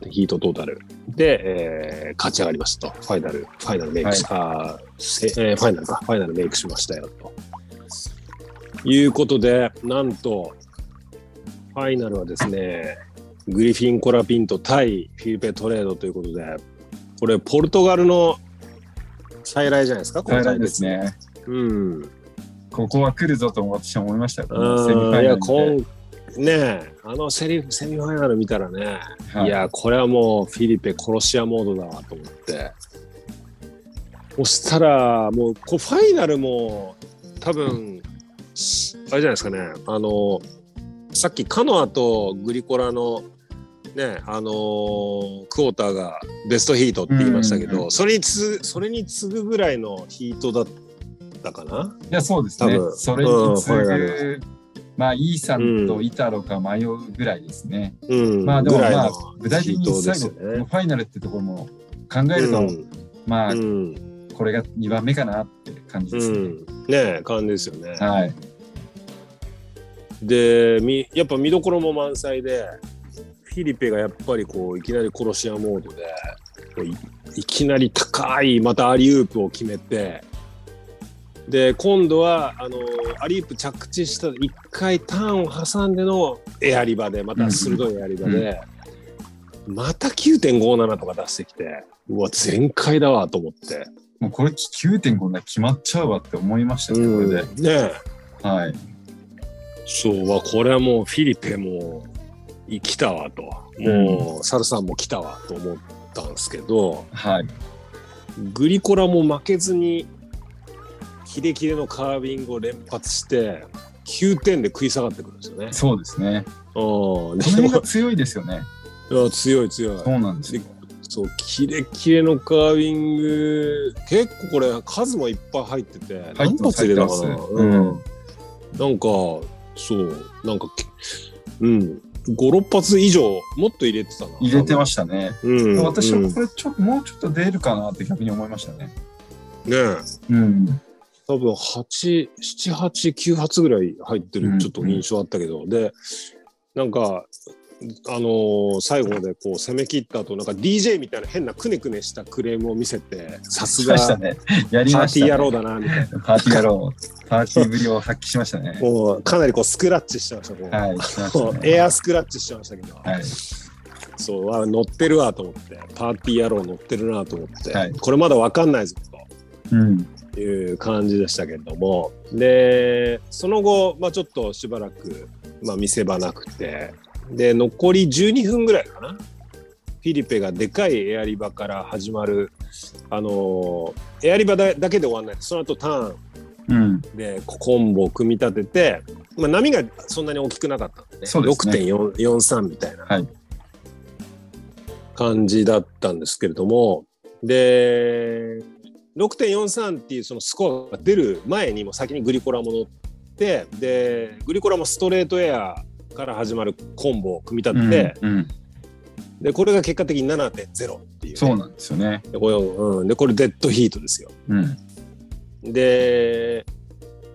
Speaker 3: ヒートトータルで、えー勝ち上がりましたとファイナルファイナルメイクし、あーせえーファイナルかファイナルメイクしましたよということでなんとファイナルはですねグリフィン・コラピント対フィリペトレードということでこれポルトガルの再来じゃないですかこの
Speaker 2: 平
Speaker 3: 対
Speaker 2: ら
Speaker 3: 決
Speaker 2: ですね。
Speaker 3: うん、
Speaker 2: ここは来るぞと私は思いましたよ。セミフ
Speaker 3: う
Speaker 2: ァイナ
Speaker 3: んいや、
Speaker 2: ル
Speaker 3: こ
Speaker 2: で
Speaker 3: んねえ、あのセリフセミファイナル見たらね、、
Speaker 2: はい
Speaker 3: や、これはもうフィリペ殺し屋モードだわと思って。そしたら、もうこうファイナルも多分、あれじゃないですかね、あの、さっきカノアとグリコラの、ね、あのクォーターがベストヒートって言いましたけ
Speaker 2: うんうん
Speaker 3: ど、それにつそれに次ぐぐらいのヒートだったかな。
Speaker 2: いや、そうですね
Speaker 3: 多。分
Speaker 2: それに次
Speaker 3: うんファイナ
Speaker 2: ぐ、まあ、イーサン
Speaker 3: う
Speaker 2: と
Speaker 3: ん
Speaker 2: イタロか迷うぐらいですね。
Speaker 3: うん
Speaker 2: まあ、でも
Speaker 3: ぐらいの
Speaker 2: まあ、具体的に最
Speaker 3: ヒ
Speaker 2: 後
Speaker 3: ートですよ
Speaker 2: の
Speaker 3: ね
Speaker 2: ファイナルってところも考える
Speaker 3: う
Speaker 2: と、
Speaker 3: ん
Speaker 2: まあ
Speaker 3: う、ん
Speaker 2: これが2番目かなって感じ
Speaker 3: う
Speaker 2: ですね。
Speaker 3: んねえ感じですよね。
Speaker 2: はい。
Speaker 3: でみやっぱ見どころも満載でフィリペがやっぱりこういきなり殺し屋モードでこういいきなり高いまたアリウープを決めてで今度はあのアリウープ着地した1回ターンを挟んでのエアリバでまた鋭いエアリバで、また9.57とか出してきてうわ全開だわと思って。
Speaker 2: もうこれ9.5な決まっちゃうわって思いましたね、これで。
Speaker 3: ねえ
Speaker 2: はい。
Speaker 3: そうわこれはもうフィリペもい来たわともうサルさんも来たわと思ったんですけど
Speaker 2: はい。
Speaker 3: グリコラも負けずにキレキレのカービングを連発して9点で食い下がってくるんですよね。
Speaker 2: そうですね。
Speaker 3: うん、
Speaker 2: この辺が
Speaker 3: で
Speaker 2: 強いですよね。
Speaker 3: もあ強い強い
Speaker 2: そうなんですよ。
Speaker 3: そうキレキレのカービング結構これ数もいっぱい入ってて
Speaker 2: 入っ
Speaker 3: 何
Speaker 2: てま
Speaker 3: 発
Speaker 2: す
Speaker 3: 入れたか
Speaker 2: 入
Speaker 3: な、
Speaker 2: ってます
Speaker 3: うん
Speaker 2: う
Speaker 3: なんかそうなんかきうん56発以上もっと入れてたな
Speaker 2: 入れてま
Speaker 3: し
Speaker 2: したね。
Speaker 3: た、うん、
Speaker 2: 私
Speaker 3: うん
Speaker 2: は
Speaker 3: ね
Speaker 2: これちょっともうちょっと出るかなって逆に思いましたね。
Speaker 3: え
Speaker 2: うん。
Speaker 3: 多分87898発ぐらい入って
Speaker 2: う
Speaker 3: る
Speaker 2: ん
Speaker 3: ちょっと印象あったけど、でなんかあのー最後までこう攻め切った後なんか DJ みたいな変なくねくねしたクレームを見せてさす
Speaker 2: し
Speaker 3: が
Speaker 2: ましたね。 やり
Speaker 3: パ
Speaker 2: ま
Speaker 3: ーテ
Speaker 2: し
Speaker 3: ィ
Speaker 2: た、ね。
Speaker 3: ー野郎だなみたいな。
Speaker 2: パーティー野郎。パーティーぶりを発揮しました ね。
Speaker 3: もうかなりこうスクラッチしてましたこ う
Speaker 2: はい。しまし
Speaker 3: こ
Speaker 2: た
Speaker 3: う
Speaker 2: ね
Speaker 3: エアスクラッチしてましたけど、
Speaker 2: はい。
Speaker 3: そうあ乗ってるわと思ってパーティー野郎乗ってるなと思って、
Speaker 2: はい
Speaker 3: これまだ分かんないぞ
Speaker 2: うん。
Speaker 3: という感じでしたけれどもでその後、まあ、ちょっとしばらく、まあ、見せ場なくてで残り12分ぐらいかなフィリペがでかいエアリバから始まる、あのーエアリバだだけで終わんないその後ターン
Speaker 2: うん。
Speaker 3: でこうコンボを組み立てて、まあ、波がそんなに大きくなかったんで,、ね
Speaker 2: そうですね
Speaker 3: 6.43みたいな
Speaker 2: はい
Speaker 3: 感じだったんですけれども、で6.43っていうそのスコアが出る前にもう先にグリコラも乗ってでグリコラもストレートエアから始まるコンボを組み立てて、
Speaker 2: うんうん。
Speaker 3: でこれが結果的に7.0っていうね、
Speaker 2: そうなんですよね。
Speaker 3: でこれ,、うん、でこれデッドヒートですよ。
Speaker 2: うん。
Speaker 3: で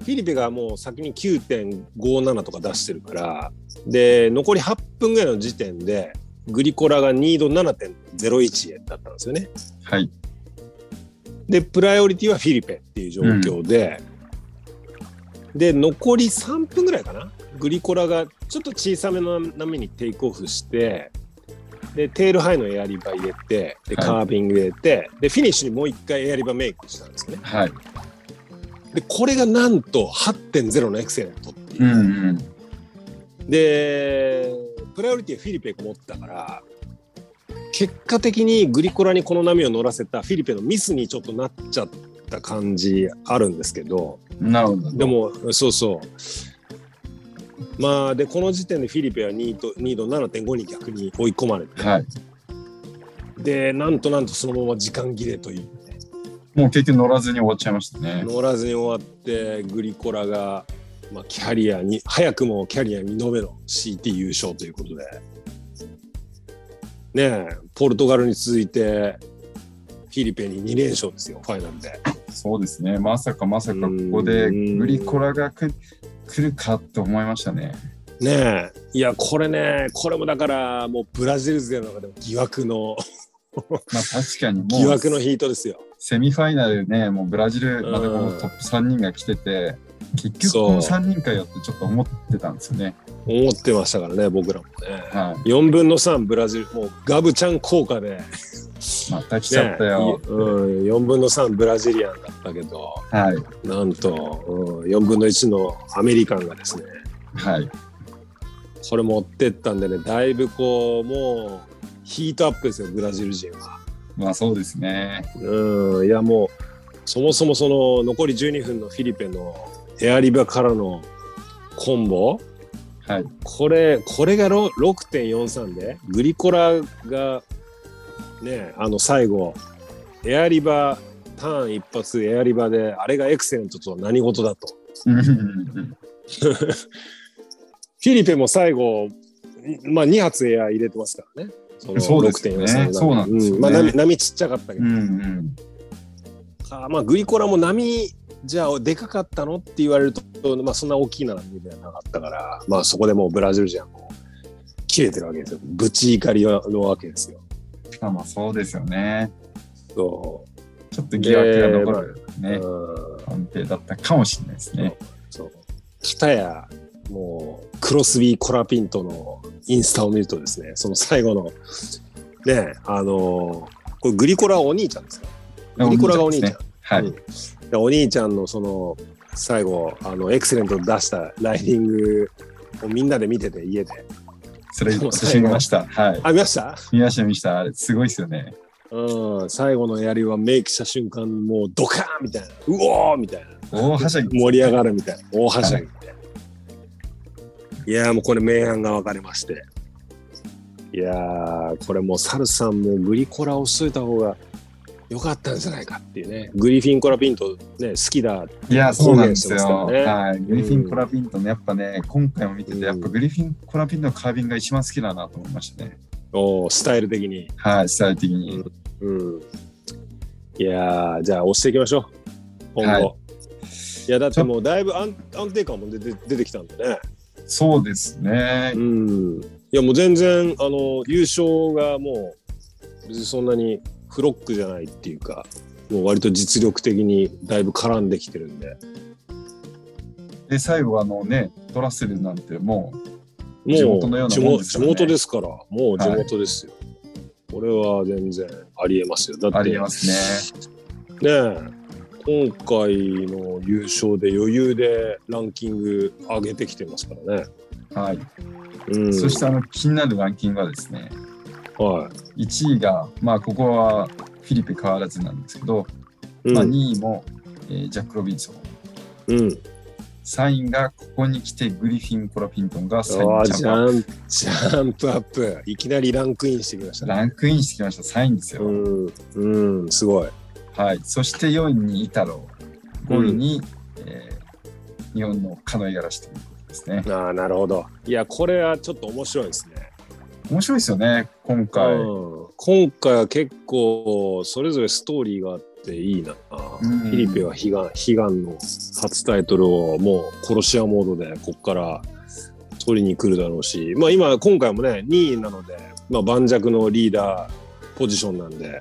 Speaker 3: フィリペがもう先に9.57とか出してるからで残り8分ぐらいの時点でグリコラが2度7.01円だったんですよね。
Speaker 2: はい。
Speaker 3: でプライオリティはフィリペっていう状況で、で残り3分ぐらいかなグリコラがちょっと小さめの波にテイクオフしてでテールハイのエアリバ入れてで
Speaker 2: はい
Speaker 3: カービング入れて、でフィニッシュにもう1回エアリバメイクしたんですよね。
Speaker 2: はい。
Speaker 3: でこれがなんと8.0のエクセレントっていう
Speaker 2: うんうん。
Speaker 3: でプライオリティはフィリペが持ったから結果的にグリコラにこの波を乗らせたフィリペのミスにちょっとなっちゃった感じあるんですけど
Speaker 2: なるほど。
Speaker 3: でもそうそうまあでこの時点でフィリペは2と2度7.5に逆に追い込まれて、
Speaker 2: はい。
Speaker 3: でなんとなんとそのまま時間切れという
Speaker 2: もう結局乗らずに終わっちゃいましたね。
Speaker 3: 乗らずに終わってグリコラが、まあ、キャリアに早くもキャリア2度目の CT 優勝ということでねえポルトガルに続いてフィリペに2連勝ですよファイナルで
Speaker 2: そうですね。まさかまさかここでグリコラがく来るかと思いましたね。
Speaker 3: ねえいやこれねこれもだからもうブラジル勢の中でも疑惑の
Speaker 2: まあ確かにもう
Speaker 3: 疑惑のヒートですよ
Speaker 2: セミファイナルね、もうブラジル、
Speaker 3: うん
Speaker 2: まだこのトップ3人が来てて、結局
Speaker 3: そう
Speaker 2: この3人かよってちょっと思ってたんですよね。
Speaker 3: 思ってましたからね僕らもね
Speaker 2: は
Speaker 3: 4分の3ブラジルもうガブちゃん効果で、ね
Speaker 2: い。また来ちゃったよ。
Speaker 3: うん、4分の3ブラジリアンだったけど
Speaker 2: はい。
Speaker 3: なんと、うん、4分の1のアメリカンがですね
Speaker 2: はい。
Speaker 3: これ持ってったんでねだいぶこうもうヒートアップですよブラジル人は。
Speaker 2: まあそうですね。
Speaker 3: うんいやもうそもそもその残り12分のフィリペのエアリバからのコンボ
Speaker 2: はい。
Speaker 3: これこれがろ6.43でグリコラがねあの最後エアリバターン一発エアリバであれがエクセレントとは何事だと
Speaker 2: うんうんうん
Speaker 3: フィリペも最後、まあ、2発エア入れてますからね。その
Speaker 2: そうですよね
Speaker 3: 6.43が
Speaker 2: そうなんですよね
Speaker 3: まあ、波波ちっちゃかったけ
Speaker 2: う
Speaker 3: ど、
Speaker 2: んうん
Speaker 3: あーまあ、グリコラも波じゃあでかかったのって言われると、まあ、そんな大きいな波ではなかったから、まあ、そこでもうブラジル人はもう切れてるわけですよ。ぶち怒りのわけですよ。
Speaker 2: まあまあそうですよね。
Speaker 3: そ
Speaker 2: ちょっと疑惑が残る
Speaker 3: う。
Speaker 2: ね、
Speaker 3: うん
Speaker 2: 判定だったかもしれないですね。
Speaker 3: そう片やもうクロスビー・コラピントのインスタを見るとですねその最後のねあのこれグリコラはお兄ちゃんですかグリコラがお兄ちゃん、
Speaker 2: ですねはい。
Speaker 3: うんでお兄ちゃんのその最後あのエクセレント出したライディングをみんなで見てて家で
Speaker 2: それ、私見ました。はい。
Speaker 3: あ見ました
Speaker 2: 見ました、見ました。あれ、すごいですよね。
Speaker 3: うん最後のやりはメイクした瞬間もうドカーンみたいなうおーみたいな
Speaker 2: 大はしゃぎ。
Speaker 3: 盛り上がるみたいな大はしゃぎみたいな、い、やーもうこれ明暗が分かれましていやーこれもうサルさんもグリコラをしといた方が良かったんじゃないかっていうねグリフィンコラピントね好きだ
Speaker 2: いや、そうなんですよ。
Speaker 3: 公言してますから
Speaker 2: はい。グリフィン・コラピントの、やっぱね、今回も見て
Speaker 3: うん
Speaker 2: て、やっぱグリフィン・コラピントのカービングが一番好きだなと思いましたね。
Speaker 3: おースタイル的に
Speaker 2: はい、スタイル的に。
Speaker 3: うんうんいやーじゃあ押していきましょう今後、
Speaker 2: はい
Speaker 3: い、やだってもうだいぶ安安定感も出て出てきたんでね
Speaker 2: そうですね
Speaker 3: う。ん、いやもう全然あの優勝がもう別にそんなにフロックじゃないっていうかもう割と実力的にだいぶ絡んできてるんで
Speaker 2: で、最後、あのね、ドラッセルなんても
Speaker 3: もう
Speaker 2: 地元のようなもんですからね
Speaker 3: 地元ですからもう地元ですよ、これは全然ありえますよだ
Speaker 2: うあ
Speaker 3: って
Speaker 2: り
Speaker 3: ね
Speaker 2: えますね。
Speaker 3: え今回の優勝で余裕でランキング上げてきてますからね、
Speaker 2: はい。
Speaker 3: うん、
Speaker 2: そして、あの、気になるランキングはですね、
Speaker 3: は
Speaker 2: 1位が、まあ、ここはフィリペ変わらずなんですけど、
Speaker 3: い、うん
Speaker 2: まあ、2位も、えージャック・ロビンソン。
Speaker 3: うん、
Speaker 2: 3位がここに来てグリフィン・コラピントンが最
Speaker 3: あ
Speaker 2: 後
Speaker 3: ー
Speaker 2: ジ
Speaker 3: ジ
Speaker 2: ャン
Speaker 3: ャンジャンプアップいきなりランクインしてきました
Speaker 2: プ
Speaker 3: ね
Speaker 2: ランクインしてきました3位ですよ、
Speaker 3: うん、うん、すごい。
Speaker 2: はい、そして4位にイタロウ5位に、えー日本のカノイガラシということですね
Speaker 3: ああ、なるほど。いや、これはちょっと面白いですね。
Speaker 2: 面白いですよね今回、うん
Speaker 3: うん今回は結構、それぞれストーリーがあっていいな。フィリペは悲願悲願の初タイトルをもう殺し屋モードでここから取りに来るだろうし、まあ、今今回もね2位なので、まあ、盤石のリーダーポジションなんで、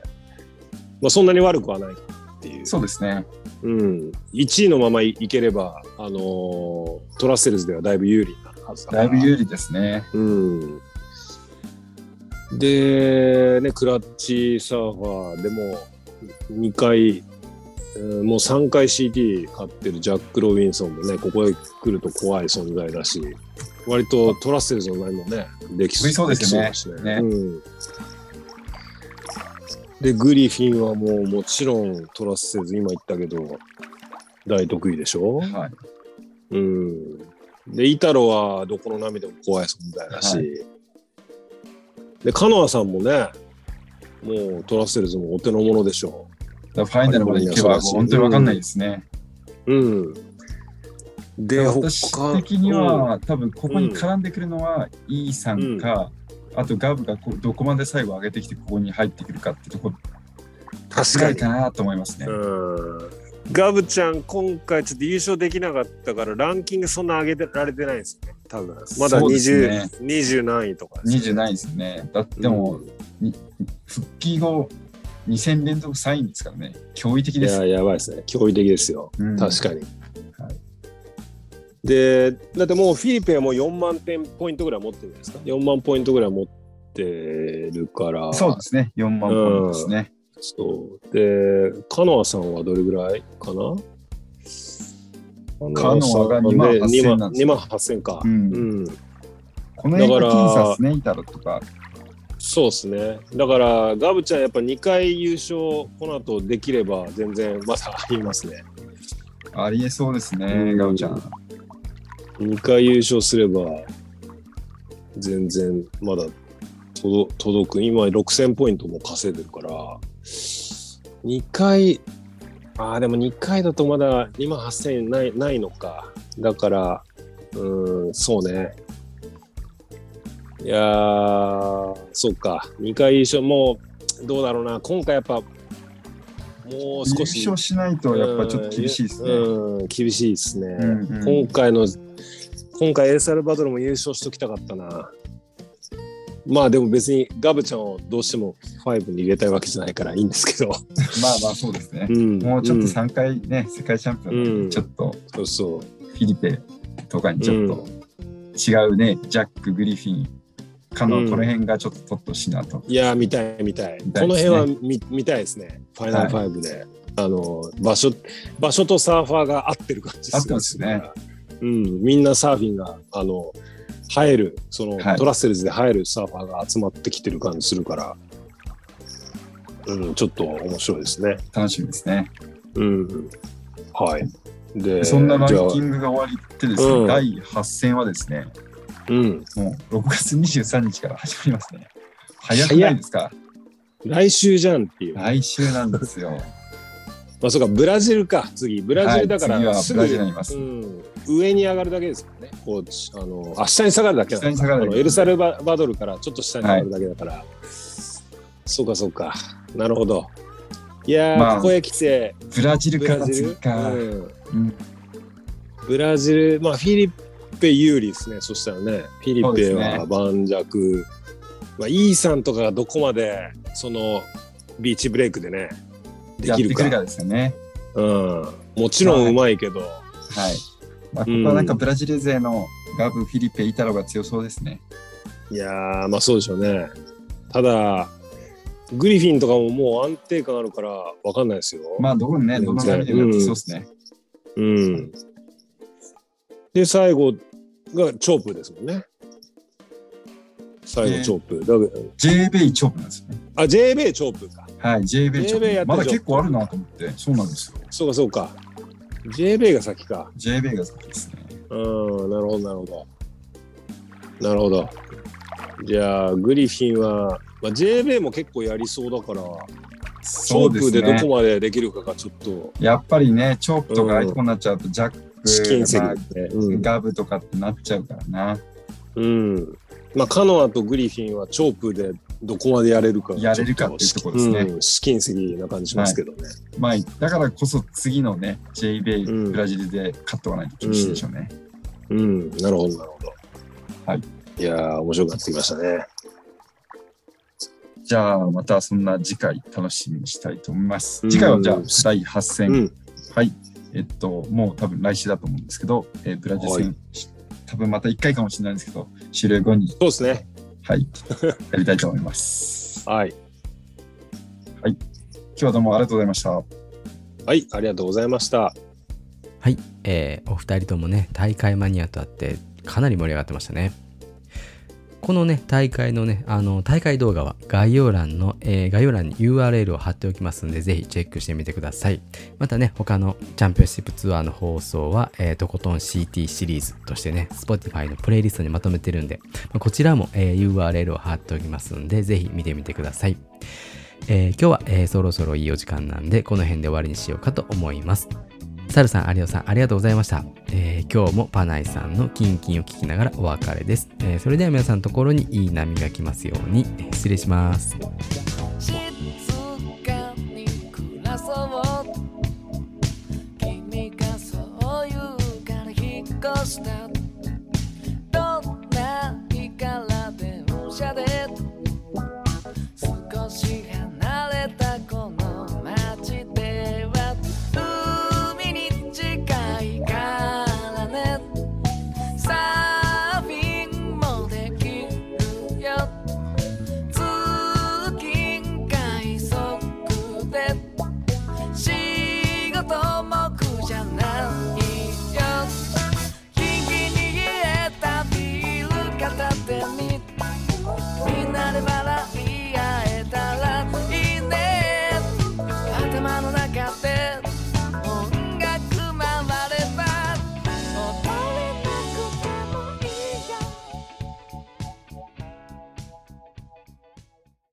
Speaker 3: まあ、そんなに悪くはないっていう
Speaker 2: そうですね
Speaker 3: うん、1位のままいいければ、あのートラッセルズではだいぶ有利になるはずだか
Speaker 2: だ
Speaker 3: ら
Speaker 2: いぶ有利ですね
Speaker 3: うん、で、ね、クラッチサーファーでも2回、うんもう3回 CD 買ってるジャック・ロビンソンもねここへ来ると怖い存在だし割とトラッセルズのラインもねでき
Speaker 2: 得意そうですね
Speaker 3: できそうだし
Speaker 2: ね
Speaker 3: うんでグリフィンはもうもちろんトラッセルズ今言ったけど大得意でしょ
Speaker 2: はい
Speaker 3: うんで、イタロはどこの波でも怖い存在だし、で、カノアさんもね、もうトラッセルズもお手の物でしょ
Speaker 2: だからファイナルまで行けば、もう本当に分かんないですね。
Speaker 3: う。うん。で、
Speaker 2: 私
Speaker 3: 他
Speaker 2: 的には、多分ここに絡んでくるのは、イーさんか、あとガブがこうどこまで最後上げてきて、ここに入ってくるかってとこ
Speaker 3: 確
Speaker 2: ぐら
Speaker 3: か
Speaker 2: い
Speaker 3: に。
Speaker 2: かなと思いますね。
Speaker 3: うんガブちゃん、今回ちょっと優勝できなかったから、ランキングそんな上げてられてないんですよね、多分まだ
Speaker 2: そうですね
Speaker 3: 20、20何位とかですね、
Speaker 2: 20ないですね。だってもう、復帰後、2戦連続3位ですからね。驚異的
Speaker 3: い
Speaker 2: です
Speaker 3: や、やばいですね。驚異的ですよ。
Speaker 2: うん
Speaker 3: 確か
Speaker 2: は
Speaker 3: に。
Speaker 2: い
Speaker 3: で、だってもうフィリペはもう4万点ポイントぐらい持ってるんですか ?4 万ポイントぐらい持ってるから。
Speaker 2: そうですね。4万ポイントですね。
Speaker 3: そうで、カノアさんはどれぐらいかな
Speaker 2: カノアが2万8000なんです
Speaker 3: 2万8000か。
Speaker 2: うん
Speaker 3: うん
Speaker 2: この辺
Speaker 3: だ
Speaker 2: が
Speaker 3: から
Speaker 2: 僅差ですね、イタロとか。
Speaker 3: そうですね。だから、ガブちゃん、やっぱ2回優勝、この後できれば、全然まだありますね。
Speaker 2: ありえそうですね、
Speaker 3: うん
Speaker 2: ガブちゃん。
Speaker 3: 2回優勝すれば、全然まだ届届く。今、6000ポイントも稼いでるから、2回、ああ、でも2回だとまだ2万8000ないないのか。だから、うーん、そうね。いやー、そうか。2回優勝、もう、どうだろうな。今回やっぱ、もう
Speaker 2: 優
Speaker 3: 少し。
Speaker 2: 勝しないと、やっぱちょっと厳しいですね。
Speaker 3: うんうん厳しいですね。
Speaker 2: うんうん
Speaker 3: 今回の、今回エルサルバドルも優勝しときたかったな。まあでも別にガブちゃんをどうしても5に入れたいわけじゃないからいいんですけど。
Speaker 2: まあまあ、そうですね。
Speaker 3: ん
Speaker 2: もうちょっと3回ね、世界チャンピオンなんで
Speaker 3: うん
Speaker 2: ちょっと
Speaker 3: うんそう
Speaker 2: フィリペとかにちょっと違うね、ジャック、グリフィン、カノ
Speaker 3: う
Speaker 2: ン、
Speaker 3: ん
Speaker 2: この辺がちょっと取ってほしいなと。
Speaker 3: いやー、見たい見たい。
Speaker 2: 見た
Speaker 3: こ
Speaker 2: い
Speaker 3: の
Speaker 2: です
Speaker 3: 辺
Speaker 2: ね
Speaker 3: は見見たいですね。ファイナルファイブで。あの場所場所とサーファーが合ってる感じ
Speaker 2: 合ってますね。
Speaker 3: うん、みんなサーフィンがあの入るその、
Speaker 2: はい
Speaker 3: トラッセルズで入るサーファーが集まってきてる感じするから、うん、ちょっと面白いですね。
Speaker 2: 楽しみですね。
Speaker 3: うん、はい。で、
Speaker 2: そんなラン
Speaker 3: じゃあ
Speaker 2: キングが終わりってですね、
Speaker 3: うん
Speaker 2: 第8戦はですね、
Speaker 3: うん、
Speaker 2: もう6月23日から始まりますね。早くないですか
Speaker 3: 来週じゃんっていう。
Speaker 2: 来週なんですよ。
Speaker 3: まあそうかブラジルか次 ブラジルだから、
Speaker 2: はい次は
Speaker 3: す
Speaker 2: ブ
Speaker 3: ぐ
Speaker 2: ラジルになります
Speaker 3: うん、上に上がるだけですもんねこうあのあ下に下がるだけなんだ
Speaker 2: 下に下がるだけ
Speaker 3: あのエルサルババドルからちょっと下に上がるだけだから、そうかそうかなるほどいやー、
Speaker 2: まあ
Speaker 3: ここへ来て
Speaker 2: ブラジル
Speaker 3: ブ
Speaker 2: か
Speaker 3: ラ
Speaker 2: ら
Speaker 3: ジル
Speaker 2: 次か。
Speaker 3: うん
Speaker 2: うん
Speaker 3: ブラジルまあフィリペ有利ですねそしたらねフィ
Speaker 2: そう
Speaker 3: リ
Speaker 2: です
Speaker 3: ペ
Speaker 2: ね
Speaker 3: は盤石、まあ、イーサンとかがどこまでそのビーチブレイクでねで
Speaker 2: やっ
Speaker 3: き
Speaker 2: て
Speaker 3: る
Speaker 2: く
Speaker 3: か
Speaker 2: るかですよね。
Speaker 3: うんもちろんうまいけど、
Speaker 2: はい。まあ、ここはなんかブラジル勢のガブ、フィリペ、イタロが強そうですね。
Speaker 3: い、やーまあそうでしょうねただグリフィンとかももう安定感あるからわかんないですよ、
Speaker 2: まあ、どこにね、ど
Speaker 3: 全然
Speaker 2: の波でもやってきそうですね。
Speaker 3: うんで最後がチョープですもんね最後チョープ、だけ
Speaker 2: j ベイチョープなんですよね。
Speaker 3: あ JB チョープか
Speaker 2: はい、j ベイチョ
Speaker 3: JBay
Speaker 2: ープ。
Speaker 3: やってる
Speaker 2: まだ結構あるなと思って、そうなんですよ。
Speaker 3: そうかそうか JB が先か
Speaker 2: j ベイが先ですね。
Speaker 3: うんなるほどなるほどなるほどじゃあグリフィンは、まあ、JB も結構やりそうだからチ
Speaker 2: そ
Speaker 3: ョ
Speaker 2: うで
Speaker 3: ープ
Speaker 2: す
Speaker 3: でど
Speaker 2: ね。
Speaker 3: こまでできるかがちょっと
Speaker 2: やっぱりね、チョープとかああいうとこになっちゃうと、ジャッ
Speaker 3: 試金石
Speaker 2: ク、まあ
Speaker 3: で、うん
Speaker 2: ガブとかってなっちゃうからな。
Speaker 3: うんまあ、カノアとグリフィンはチョープでどこまでやれるか
Speaker 2: やれるかっていうところですね
Speaker 3: うん試金石な感じしますけどね、
Speaker 2: まあ、だからこそ次のね、j ベイ
Speaker 3: うん
Speaker 2: ブラジルで勝っておかないと厳しいでしょうね。
Speaker 3: うんなるほどなるほど、
Speaker 2: はい、
Speaker 3: いやー面白くなってきましたね
Speaker 2: じゃあ、またそんな次回楽しみにしたいと思います。
Speaker 3: うん
Speaker 2: 次回はじゃあ、第8戦。
Speaker 3: うん
Speaker 2: はい。えっと、もう多分来週だと思うんですけど、えーブラジル
Speaker 3: は
Speaker 2: 戦、し多分また1回かもしれないんですけど、終了後に、
Speaker 3: そうですね
Speaker 2: はい、やりたいと思います。
Speaker 3: はい
Speaker 2: 今日はどうもありがとうございました。
Speaker 3: はいありがとうございました
Speaker 1: はい、えーお二人ともね大会マニアとあってかなり盛り上がってましたねこのね、大会のね、あの、大会動画は概要欄の、えー概要欄に URL を貼っておきますので、ぜひチェックしてみてください。またね、他のチャンピオンシップツアーの放送は、えーとことん CT シリーズとしてね、Spotify のプレイリストにまとめてるんで、まあこちらも、えー URL を貼っておきますので、ぜひ見てみてください。えー今日は、えーそろそろいいお時間なんで、この辺で終わりにしようかと思います。サルさん、有オさん、ありがとうございました。えー今日もパナイさんのキンキンを聞きながらお別れです。えーそれでは皆さんのところにいい波が来ますように。えー失礼します。
Speaker 4: 静かに暮らそう君がそう言うから引っ越したどんな日から電車で少し離れたこの街では海に近いからねサーフィンもできるよ「通勤快速で」「仕事も苦じゃないよ」「キンキンに冷えたビール片手に」「みんなで笑い合えたらいいね」「頭の中